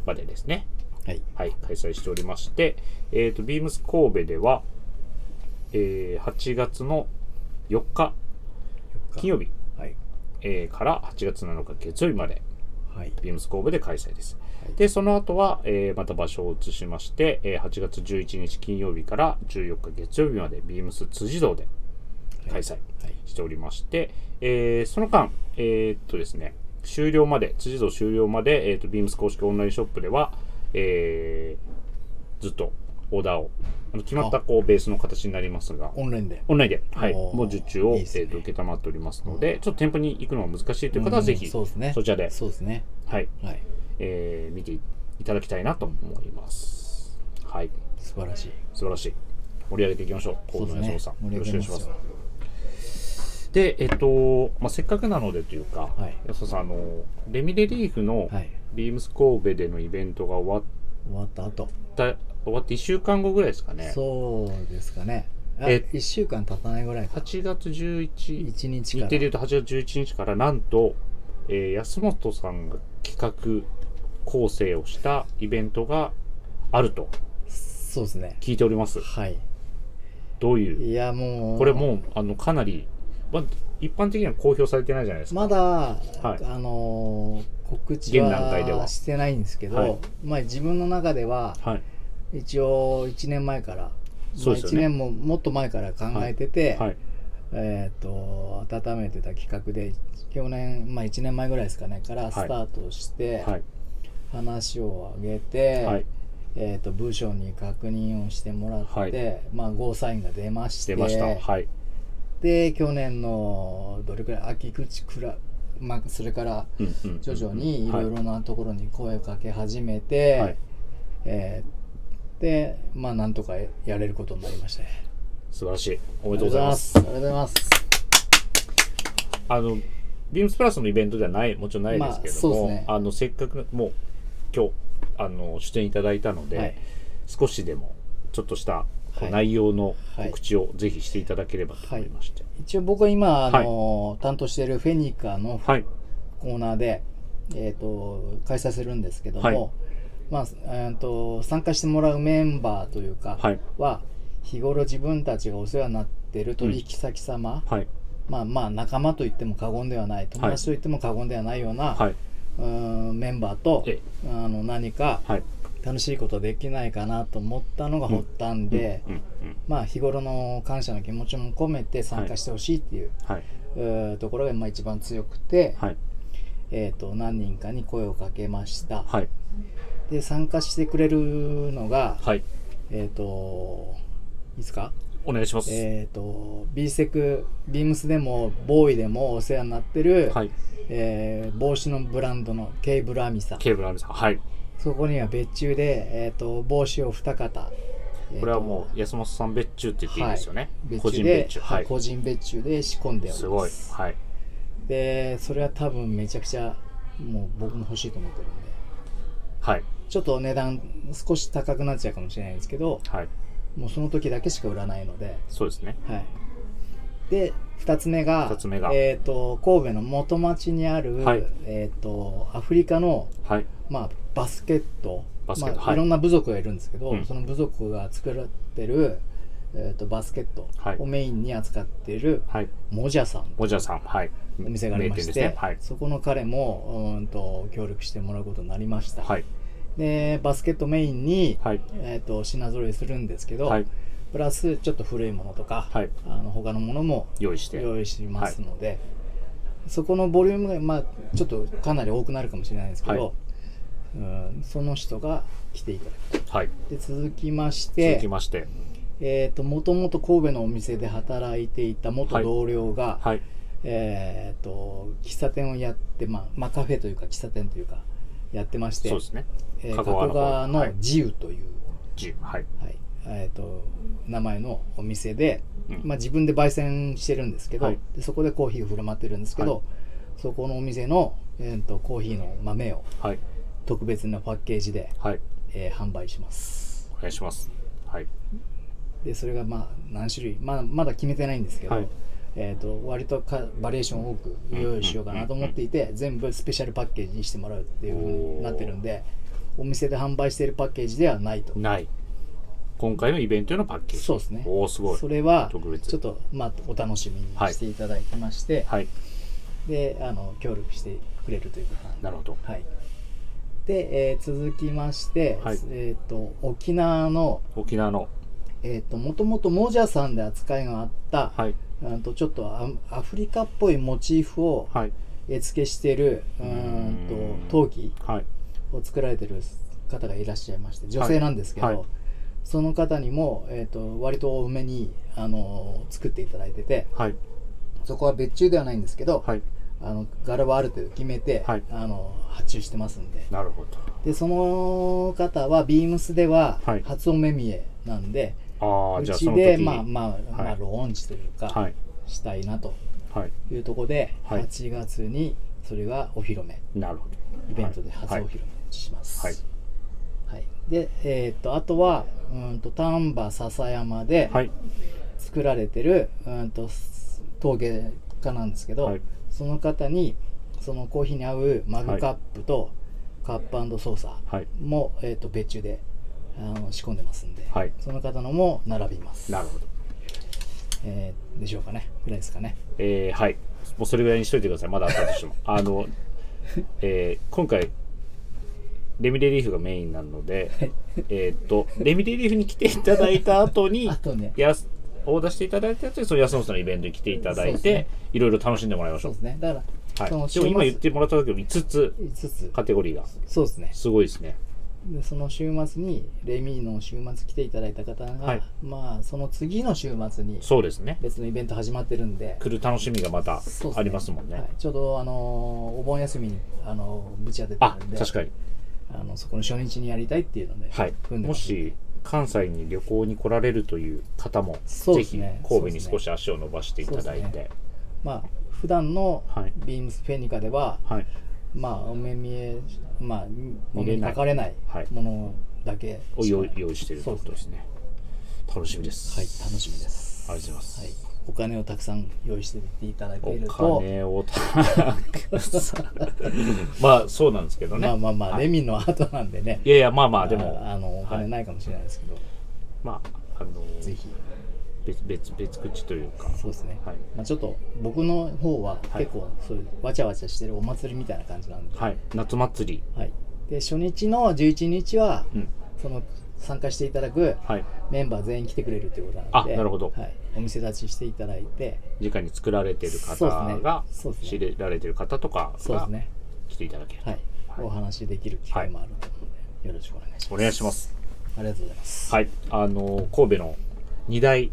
[SPEAKER 1] までですね
[SPEAKER 2] はい
[SPEAKER 1] はい開催しておりましてえーっとビームス神戸では、えー8月の4日金曜日、
[SPEAKER 2] はい
[SPEAKER 1] えーから8月7日月曜日まで
[SPEAKER 2] はい
[SPEAKER 1] ビームス神戸で開催です。
[SPEAKER 2] はい
[SPEAKER 1] で、その後は、えーまた場所を移しまして、えー8月11日金曜日から14日月曜日までビームス辻堂で開催
[SPEAKER 2] はい
[SPEAKER 1] しておりまして、えーその間、えーっとですね、終了まで、辻堂終了まで、えーっと、ビームス公式オンラインショップでは、えーずっとオーダーを、あの決まったこうベースの形になりますが、
[SPEAKER 2] オンラインで
[SPEAKER 1] オンラインで、はい、
[SPEAKER 2] おー
[SPEAKER 1] もう受注を
[SPEAKER 2] いいですね
[SPEAKER 1] えーと受けたまっておりますので、ちょっと店舗に行くのは難しいという方はぜ
[SPEAKER 2] う
[SPEAKER 1] ひ、
[SPEAKER 2] んそうですね
[SPEAKER 1] そちらで、
[SPEAKER 2] そうですね
[SPEAKER 1] はい、
[SPEAKER 2] はい
[SPEAKER 1] えー見ていただきたいなと思います。はい、
[SPEAKER 2] 素晴らしい
[SPEAKER 1] 素晴らしい。盛り上げていきましょう。河野康夫さん、よ
[SPEAKER 2] 盛
[SPEAKER 1] ろしくお
[SPEAKER 2] り上げ
[SPEAKER 1] 願い
[SPEAKER 2] ま
[SPEAKER 1] し
[SPEAKER 2] す
[SPEAKER 1] ま
[SPEAKER 2] よ
[SPEAKER 1] す。で、えっと、まあ、せっかくなのでというか、
[SPEAKER 2] はい
[SPEAKER 1] 安田さん、あの、レミレリーフの
[SPEAKER 2] はい
[SPEAKER 1] ビームス神戸でのイベントが終わっ
[SPEAKER 2] 終わった後
[SPEAKER 1] た、終わって1週間後ぐらいですかね。
[SPEAKER 2] そうですかねあ
[SPEAKER 1] え
[SPEAKER 2] 1週間経たないぐらいか
[SPEAKER 1] 8月11日
[SPEAKER 2] 1日
[SPEAKER 1] 日
[SPEAKER 2] か
[SPEAKER 1] 程
[SPEAKER 2] ら
[SPEAKER 1] でいうと8月11日からなんと、えー安本さんが企画構成をしたイベントがあると
[SPEAKER 2] そうですね
[SPEAKER 1] 聞いております
[SPEAKER 2] はい
[SPEAKER 1] どういう
[SPEAKER 2] いやもう
[SPEAKER 1] これもうあのかなり、まあ、一般的には公表されてないじゃないですか、
[SPEAKER 2] まだ、
[SPEAKER 1] い
[SPEAKER 2] あのー告知
[SPEAKER 1] 現段階では
[SPEAKER 2] はしてないんですけど、
[SPEAKER 1] はい
[SPEAKER 2] まあ、自分の中では
[SPEAKER 1] はい
[SPEAKER 2] 一応1年前から、
[SPEAKER 1] そうですよね
[SPEAKER 2] まあ、1年ももっと前から考えてて、
[SPEAKER 1] はい
[SPEAKER 2] えー、と温めてた企画で去年、まあ、1年前ぐらいですかねからスタートして、
[SPEAKER 1] はい
[SPEAKER 2] 話を上げて、
[SPEAKER 1] はい
[SPEAKER 2] えー、と部署に確認をしてもらって、
[SPEAKER 1] はい
[SPEAKER 2] まあ、ゴーサインが出まして
[SPEAKER 1] 出ました、はい
[SPEAKER 2] で去年のどれくらい秋口くら、まあ、それから
[SPEAKER 1] うんうんうんうん
[SPEAKER 2] 徐々にいろい
[SPEAKER 1] は
[SPEAKER 2] ろなところに声をかけ始めて、
[SPEAKER 1] いはい
[SPEAKER 2] えーでまあなんとかやれることになりましたね
[SPEAKER 1] 素晴らしいお
[SPEAKER 2] お
[SPEAKER 1] めでとうございます
[SPEAKER 2] ありがとうございます
[SPEAKER 1] あのビームスプラスのイベントではないもちろんないですけれども、
[SPEAKER 2] まあそうですね
[SPEAKER 1] あのせっかくもう今日あの出演いただいたので、
[SPEAKER 2] はい
[SPEAKER 1] 少しでもちょっとしたこう
[SPEAKER 2] はい
[SPEAKER 1] 内容の告知をぜひしていただければと思いまして、
[SPEAKER 2] 一応僕は今、あの担当しているフェニカの
[SPEAKER 1] はい
[SPEAKER 2] コーナーで、えー、と開催するんですけども、
[SPEAKER 1] はい
[SPEAKER 2] まあえー、と参加してもらうメンバーというか
[SPEAKER 1] はい
[SPEAKER 2] は日頃自分たちがお世話になっている取引先様、
[SPEAKER 1] はい
[SPEAKER 2] まあまあ仲間と言っても過言ではない友達と言っても過言ではないような、
[SPEAKER 1] はい、
[SPEAKER 2] うーんメンバーと
[SPEAKER 1] え
[SPEAKER 2] あの何か
[SPEAKER 1] はい、
[SPEAKER 2] 楽しいことできないかなと思ったのが発端で、
[SPEAKER 1] うんうん
[SPEAKER 2] まあ、日頃の感謝の気持ちも込めて参加してほしいっていう,
[SPEAKER 1] はい。
[SPEAKER 2] うー、ところがまあ一番強くて、
[SPEAKER 1] はい。
[SPEAKER 2] えー、と何人かに声をかけました、
[SPEAKER 1] はい。
[SPEAKER 2] で参加してくれるのが、
[SPEAKER 1] はい。
[SPEAKER 2] えっ、といつか
[SPEAKER 1] お願いします。
[SPEAKER 2] えっ、と B セクビームスでもボーイでもお世話になってる、
[SPEAKER 1] はい。
[SPEAKER 2] えー帽子のブランドのケイブルアミさん
[SPEAKER 1] ケーブルアミさん。はい。
[SPEAKER 2] そこには別注で、えー、と帽子を二方、えーと
[SPEAKER 1] これはもう、安本さん別注って言っていいですよね。
[SPEAKER 2] 別
[SPEAKER 1] 個
[SPEAKER 2] 注
[SPEAKER 1] 人
[SPEAKER 2] で
[SPEAKER 1] 別注。はい。
[SPEAKER 2] 個人別注で仕込んでおります
[SPEAKER 1] すごい。はい。
[SPEAKER 2] でそれは多分めちゃくちゃもう僕も欲しいと思ってるんで
[SPEAKER 1] はい。
[SPEAKER 2] ちょっと値段少し高くなっちゃうかもしれないですけど
[SPEAKER 1] はい。
[SPEAKER 2] もうその時だけしか売らないので、
[SPEAKER 1] そうですね。
[SPEAKER 2] はい、で2つ目が
[SPEAKER 1] 二つ目が
[SPEAKER 2] えー、と神戸の元町にある、
[SPEAKER 1] はい
[SPEAKER 2] えー、とアフリカの、
[SPEAKER 1] はい。
[SPEAKER 2] まあ、バスケット
[SPEAKER 1] バスケット
[SPEAKER 2] まあ
[SPEAKER 1] はい
[SPEAKER 2] い、ろんな部族がいるんですけど、
[SPEAKER 1] うん
[SPEAKER 2] その部族が作ってる、えー、とバスケット
[SPEAKER 1] はい
[SPEAKER 2] をメインに扱っている
[SPEAKER 1] はい。
[SPEAKER 2] モジャさん
[SPEAKER 1] おじゃさん。はい。
[SPEAKER 2] お店がありまし
[SPEAKER 1] 名
[SPEAKER 2] て、
[SPEAKER 1] 店ですね。はい。
[SPEAKER 2] そこの彼もうーんと協力してもらうことになりました、
[SPEAKER 1] はい。
[SPEAKER 2] でバスケットメインに、
[SPEAKER 1] はい。
[SPEAKER 2] えー、と品揃えするんですけど、
[SPEAKER 1] はい。
[SPEAKER 2] プラスちょっと古いものとか、
[SPEAKER 1] はい。
[SPEAKER 2] あの他のものも
[SPEAKER 1] 用意して。
[SPEAKER 2] 用意しますので、そこのボリュームが、まあ、ちょっとかなり多くなるかもしれないですけど、
[SPEAKER 1] は
[SPEAKER 2] うーんその人が来ていただく
[SPEAKER 1] はい。
[SPEAKER 2] で続きまし
[SPEAKER 1] 続き
[SPEAKER 2] て
[SPEAKER 1] まして。
[SPEAKER 2] えーともともと神戸のお店で働いていた元同僚が、
[SPEAKER 1] はい。
[SPEAKER 2] えー、と喫茶店をやって、まあまあ、カフェというか喫茶店というかやってまして
[SPEAKER 1] そうですね。
[SPEAKER 2] えー
[SPEAKER 1] 加
[SPEAKER 2] 加
[SPEAKER 1] 古川
[SPEAKER 2] 古
[SPEAKER 1] の方
[SPEAKER 2] 川
[SPEAKER 1] は
[SPEAKER 2] の
[SPEAKER 1] い
[SPEAKER 2] 自由という、
[SPEAKER 1] じ。はい。
[SPEAKER 2] はいえー、と名前のお店で、
[SPEAKER 1] うん
[SPEAKER 2] まあ、自分で焙煎してるんですけど、
[SPEAKER 1] はい
[SPEAKER 2] でそこでコーヒーを振る舞ってるんですけど、
[SPEAKER 1] はい
[SPEAKER 2] そこのお店の、えー、とコーヒーの豆を
[SPEAKER 1] はい。
[SPEAKER 2] 特別なパッケージで、
[SPEAKER 1] はい。
[SPEAKER 2] えー販売します
[SPEAKER 1] お願いします。はい。
[SPEAKER 2] でそれがまあ何種類、まあ、まだ決めてないんですけど、
[SPEAKER 1] はい
[SPEAKER 2] えー、と割とかバリエーション多く用意しようかなと思っていて、全部スペシャルパッケージにしてもらうっていうふうになってるんでお店で販売しているパッケージではないと
[SPEAKER 1] ない。今回のイベントへのパッケージ。
[SPEAKER 2] そうですね
[SPEAKER 1] おお、すごい
[SPEAKER 2] そ。れは
[SPEAKER 1] 特別
[SPEAKER 2] ちょっと、まあ、お楽しみにしていただきまして、
[SPEAKER 1] はい。
[SPEAKER 2] であの協力してくれるということなんで
[SPEAKER 1] なるほど。
[SPEAKER 2] はい、で、えー続きまして、
[SPEAKER 1] はい
[SPEAKER 2] えー、と沖縄の
[SPEAKER 1] 沖縄の。
[SPEAKER 2] えー、ともともとモジャさんで扱いがあった、
[SPEAKER 1] はい。
[SPEAKER 2] うんとちょっとアアフリカっぽいモチーフを
[SPEAKER 1] はい。
[SPEAKER 2] 絵付けしてる、うーん
[SPEAKER 1] うーん
[SPEAKER 2] と陶器
[SPEAKER 1] はい。
[SPEAKER 2] を作られてる方がいらっしゃいまして女性なんですけど、
[SPEAKER 1] はいはい
[SPEAKER 2] その方にも、えー、と割と多めにあの作っていただいてて
[SPEAKER 1] はい。
[SPEAKER 2] そこは別注ではないんですけど、
[SPEAKER 1] はい。
[SPEAKER 2] あの柄はある程度決めて、
[SPEAKER 1] はい
[SPEAKER 2] あの発注してますんで
[SPEAKER 1] なるほど。
[SPEAKER 2] でその方はビームスでは
[SPEAKER 1] はい
[SPEAKER 2] 初お目見えなんで、
[SPEAKER 1] ああ、
[SPEAKER 2] う
[SPEAKER 1] じゃあ
[SPEAKER 2] ち
[SPEAKER 1] その
[SPEAKER 2] で
[SPEAKER 1] 時に。
[SPEAKER 2] まあまあ、ま
[SPEAKER 1] は
[SPEAKER 2] あ
[SPEAKER 1] い
[SPEAKER 2] ローンチというか、
[SPEAKER 1] はい。
[SPEAKER 2] したいなと
[SPEAKER 1] はい。
[SPEAKER 2] いうところで、
[SPEAKER 1] はい
[SPEAKER 2] 8月にそれがお披露目
[SPEAKER 1] なるほど。
[SPEAKER 2] イベントで初お披露目します、
[SPEAKER 1] はい
[SPEAKER 2] はいで、えーっとあとはうーんと丹波篠山で
[SPEAKER 1] はい。
[SPEAKER 2] 作られてる、うーんと陶芸家なんですけど、
[SPEAKER 1] はい
[SPEAKER 2] その方にそのコーヒーに合うマグカップとカップソーサ
[SPEAKER 1] はい。
[SPEAKER 2] ーも、えーっと別注であの仕込んでますんで、
[SPEAKER 1] はい
[SPEAKER 2] その方のも並びます
[SPEAKER 1] なるほど。
[SPEAKER 2] えーでしょうかねぐらいですかね
[SPEAKER 1] えー、はい。もうそれぐらいにしといてください。まだあったとして も。あの、えー、今回、レミレリーフがメインなので、えーっと、レミレリーフに来ていただいた後に
[SPEAKER 2] あ、とね
[SPEAKER 1] やすオーダーしていただいたやつで、その安本さんのイベントに来ていただい
[SPEAKER 2] そう
[SPEAKER 1] て、
[SPEAKER 2] ですね
[SPEAKER 1] いろいろ楽しんでもらいまし
[SPEAKER 2] そ
[SPEAKER 1] ょ
[SPEAKER 2] う
[SPEAKER 1] う
[SPEAKER 2] で。すねだから
[SPEAKER 1] はい。で
[SPEAKER 2] そ
[SPEAKER 1] も
[SPEAKER 2] の
[SPEAKER 1] 今言ってもらっただけでも5つ
[SPEAKER 2] 5つ
[SPEAKER 1] カテゴリーが。
[SPEAKER 2] そうですね
[SPEAKER 1] すごいですね。
[SPEAKER 2] でその週末にレミーの週末来ていただいた方が、
[SPEAKER 1] はい
[SPEAKER 2] まあその次の週末に
[SPEAKER 1] そうですね。
[SPEAKER 2] 別のイベント始まってるんで
[SPEAKER 1] 来る楽しみがまた
[SPEAKER 2] そうっ
[SPEAKER 1] ありますもんね。
[SPEAKER 2] はい、ちょうどあのーお盆休みにあのーぶち当てて
[SPEAKER 1] あ
[SPEAKER 2] るん、で
[SPEAKER 1] 確かに。
[SPEAKER 2] あのそこの初日にやりたいっていうので、
[SPEAKER 1] はい。
[SPEAKER 2] 組んで
[SPEAKER 1] も
[SPEAKER 2] ます
[SPEAKER 1] し、関西に旅行に来られるという方も、
[SPEAKER 2] そう
[SPEAKER 1] ぜ
[SPEAKER 2] です
[SPEAKER 1] ひ
[SPEAKER 2] ね
[SPEAKER 1] 神戸に少し足を伸ばしていただい
[SPEAKER 2] そう
[SPEAKER 1] て、
[SPEAKER 2] でまあ普段の
[SPEAKER 1] はい
[SPEAKER 2] ビームスフェニカでは、
[SPEAKER 1] はい。
[SPEAKER 2] まあお目見えまあお
[SPEAKER 1] 見
[SPEAKER 2] 目
[SPEAKER 1] れ
[SPEAKER 2] に
[SPEAKER 1] ない
[SPEAKER 2] かかれない
[SPEAKER 1] はい
[SPEAKER 2] ものだけ
[SPEAKER 1] を
[SPEAKER 2] しか
[SPEAKER 1] 用意用意しているということですね。楽しみです。
[SPEAKER 2] はい楽しみです
[SPEAKER 1] ありがとうございます
[SPEAKER 2] はい、お金をたくさん用意していただけると
[SPEAKER 1] お金をた まあそうなんですけどね。
[SPEAKER 2] まあまあまあ、
[SPEAKER 1] はい
[SPEAKER 2] レミの後なんでね
[SPEAKER 1] い。やいや、まあまあ、でも、
[SPEAKER 2] ああの、お
[SPEAKER 1] は
[SPEAKER 2] 金
[SPEAKER 1] い
[SPEAKER 2] ないかもしれないですけど、
[SPEAKER 1] まあ、あの、
[SPEAKER 2] ぜひ、
[SPEAKER 1] 別、別、別口というか、
[SPEAKER 2] そうですね。
[SPEAKER 1] はい
[SPEAKER 2] まあ、ちょっと、僕の方は、
[SPEAKER 1] はい
[SPEAKER 2] 結構、そういう、わちゃわちゃしてるお祭りみたいな感じなんで。
[SPEAKER 1] はい、夏祭り、
[SPEAKER 2] はい。で初日の11日は、
[SPEAKER 1] うん
[SPEAKER 2] その参加していただく
[SPEAKER 1] はい
[SPEAKER 2] メンバー全員来てくれるということなので
[SPEAKER 1] あなるほど
[SPEAKER 2] はい、お店立ちしていただいて
[SPEAKER 1] 直に作られてる方
[SPEAKER 2] そうですね
[SPEAKER 1] が、
[SPEAKER 2] そうですね
[SPEAKER 1] 知れられてる方とか
[SPEAKER 2] そうで
[SPEAKER 1] が
[SPEAKER 2] すね
[SPEAKER 1] 来ていただけると、
[SPEAKER 2] はい、お話しできる機会もあると思うので、よろしくお願いし
[SPEAKER 1] お
[SPEAKER 2] ま
[SPEAKER 1] 願いします
[SPEAKER 2] すありがとうございます、
[SPEAKER 1] はいあの神戸の2大、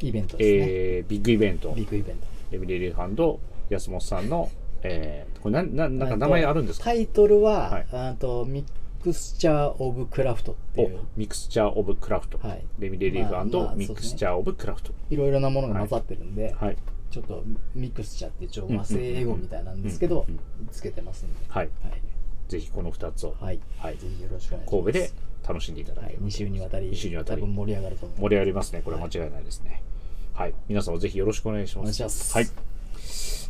[SPEAKER 2] イベントですね、
[SPEAKER 1] えービッグイベント
[SPEAKER 2] ビッグイベント
[SPEAKER 1] エビリー・レイファンド安本さんの、えー、これなんなんなんか名前あるんですか
[SPEAKER 2] タイトルは、
[SPEAKER 1] はい
[SPEAKER 2] あとミックスチャー・オブ・クラフトってい
[SPEAKER 1] お
[SPEAKER 2] う
[SPEAKER 1] ミクスチャー・オブ・クラフト、
[SPEAKER 2] はい
[SPEAKER 1] レミレリーフ
[SPEAKER 2] まあまあ
[SPEAKER 1] ミクスチャー・オブ・クラフト、
[SPEAKER 2] いろいろなものが混ざってるんで、
[SPEAKER 1] はい
[SPEAKER 2] ちょっとミックスチャーって一応和製英語みたいなんですけど、
[SPEAKER 1] うんうん
[SPEAKER 2] つけてますんで、
[SPEAKER 1] はい
[SPEAKER 2] はい
[SPEAKER 1] ぜひこの2つを、
[SPEAKER 2] はい、
[SPEAKER 1] はい
[SPEAKER 2] ぜひよろしくお願いします
[SPEAKER 1] 神戸で楽しんでいただ
[SPEAKER 2] は
[SPEAKER 1] け
[SPEAKER 2] い
[SPEAKER 1] れ、ば
[SPEAKER 2] 2週にわたり
[SPEAKER 1] 二週にわたり
[SPEAKER 2] 多分盛り上がると思う
[SPEAKER 1] 盛り上がりますねこれは間違いないですねはい、皆さんもぜひよろしくお願いします
[SPEAKER 2] お願いします
[SPEAKER 1] はい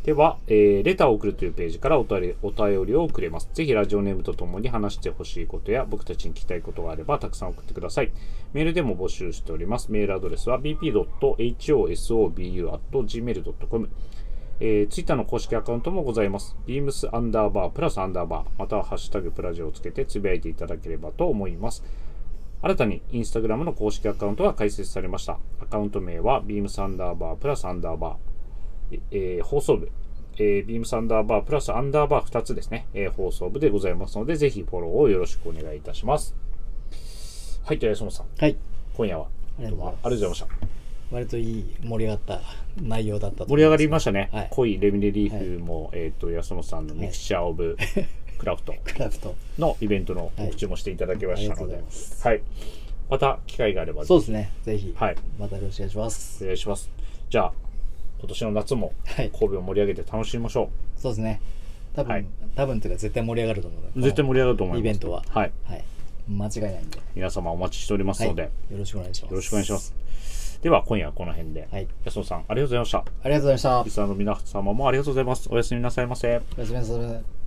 [SPEAKER 1] では、えーレターを送るというページからお便りお便りを送れます。ぜひラジオネームとともに話してほしいことや僕たちに聞きたいことがあればたくさん送ってください。メールでも募集しております。メールアドレスは bp.hosobu.gmail.com、えー、ツイッターの公式アカウントもございます。beams アンダーバープラスアンダーバーまたはハッシュタグプラジオをつけてつぶやいていただければと思います。新たにインスタグラムの公式アカウントが開設されました。アカウント名は beams アンダーバープラスアンダーバーえー放送部、えービームサンダーバープラスアンダーバー2つですね、えー放送部でございますので、ぜひフォローをよろしくお願いいたします。はい、という安本さん、
[SPEAKER 2] はい
[SPEAKER 1] 今夜は
[SPEAKER 2] ありがとうございます
[SPEAKER 1] ありがとうございました。
[SPEAKER 2] 割といい盛り上がった内容だったと思
[SPEAKER 1] 盛り上が
[SPEAKER 2] い
[SPEAKER 1] りましたね。
[SPEAKER 2] はい
[SPEAKER 1] 濃いレミレリーフも、えっ、と、安本さんのミクチャーオ ブクラフト
[SPEAKER 2] ますクラフト
[SPEAKER 1] のイベントの告知もしていただきましたので、
[SPEAKER 2] はいありがとうございま
[SPEAKER 1] はい、また機会があれば、
[SPEAKER 2] そう
[SPEAKER 1] お
[SPEAKER 2] ですねぜひ、
[SPEAKER 1] はい
[SPEAKER 2] またよろしくお願いします
[SPEAKER 1] 願いします。じゃあ、今年の夏も
[SPEAKER 2] はい
[SPEAKER 1] 神戸を盛り上げて楽しみましょ
[SPEAKER 2] そうですね多分、
[SPEAKER 1] はい
[SPEAKER 2] 多分というか絶対盛り上がると思うの
[SPEAKER 1] う。
[SPEAKER 2] で
[SPEAKER 1] 絶対盛り上がると思います。
[SPEAKER 2] イベントは
[SPEAKER 1] はい。
[SPEAKER 2] はい間違いないんで
[SPEAKER 1] 皆様お待ちしております
[SPEAKER 2] はい
[SPEAKER 1] ので、
[SPEAKER 2] よろしくお願いします
[SPEAKER 1] よろしくお願いします。では、今夜はこの辺で。
[SPEAKER 2] はい
[SPEAKER 1] 安尾さん、ありがとうございました。
[SPEAKER 2] ありがとうございました
[SPEAKER 1] リスナーの皆様もありがとうございます。おやすみなさいませ。
[SPEAKER 2] おやすみなさい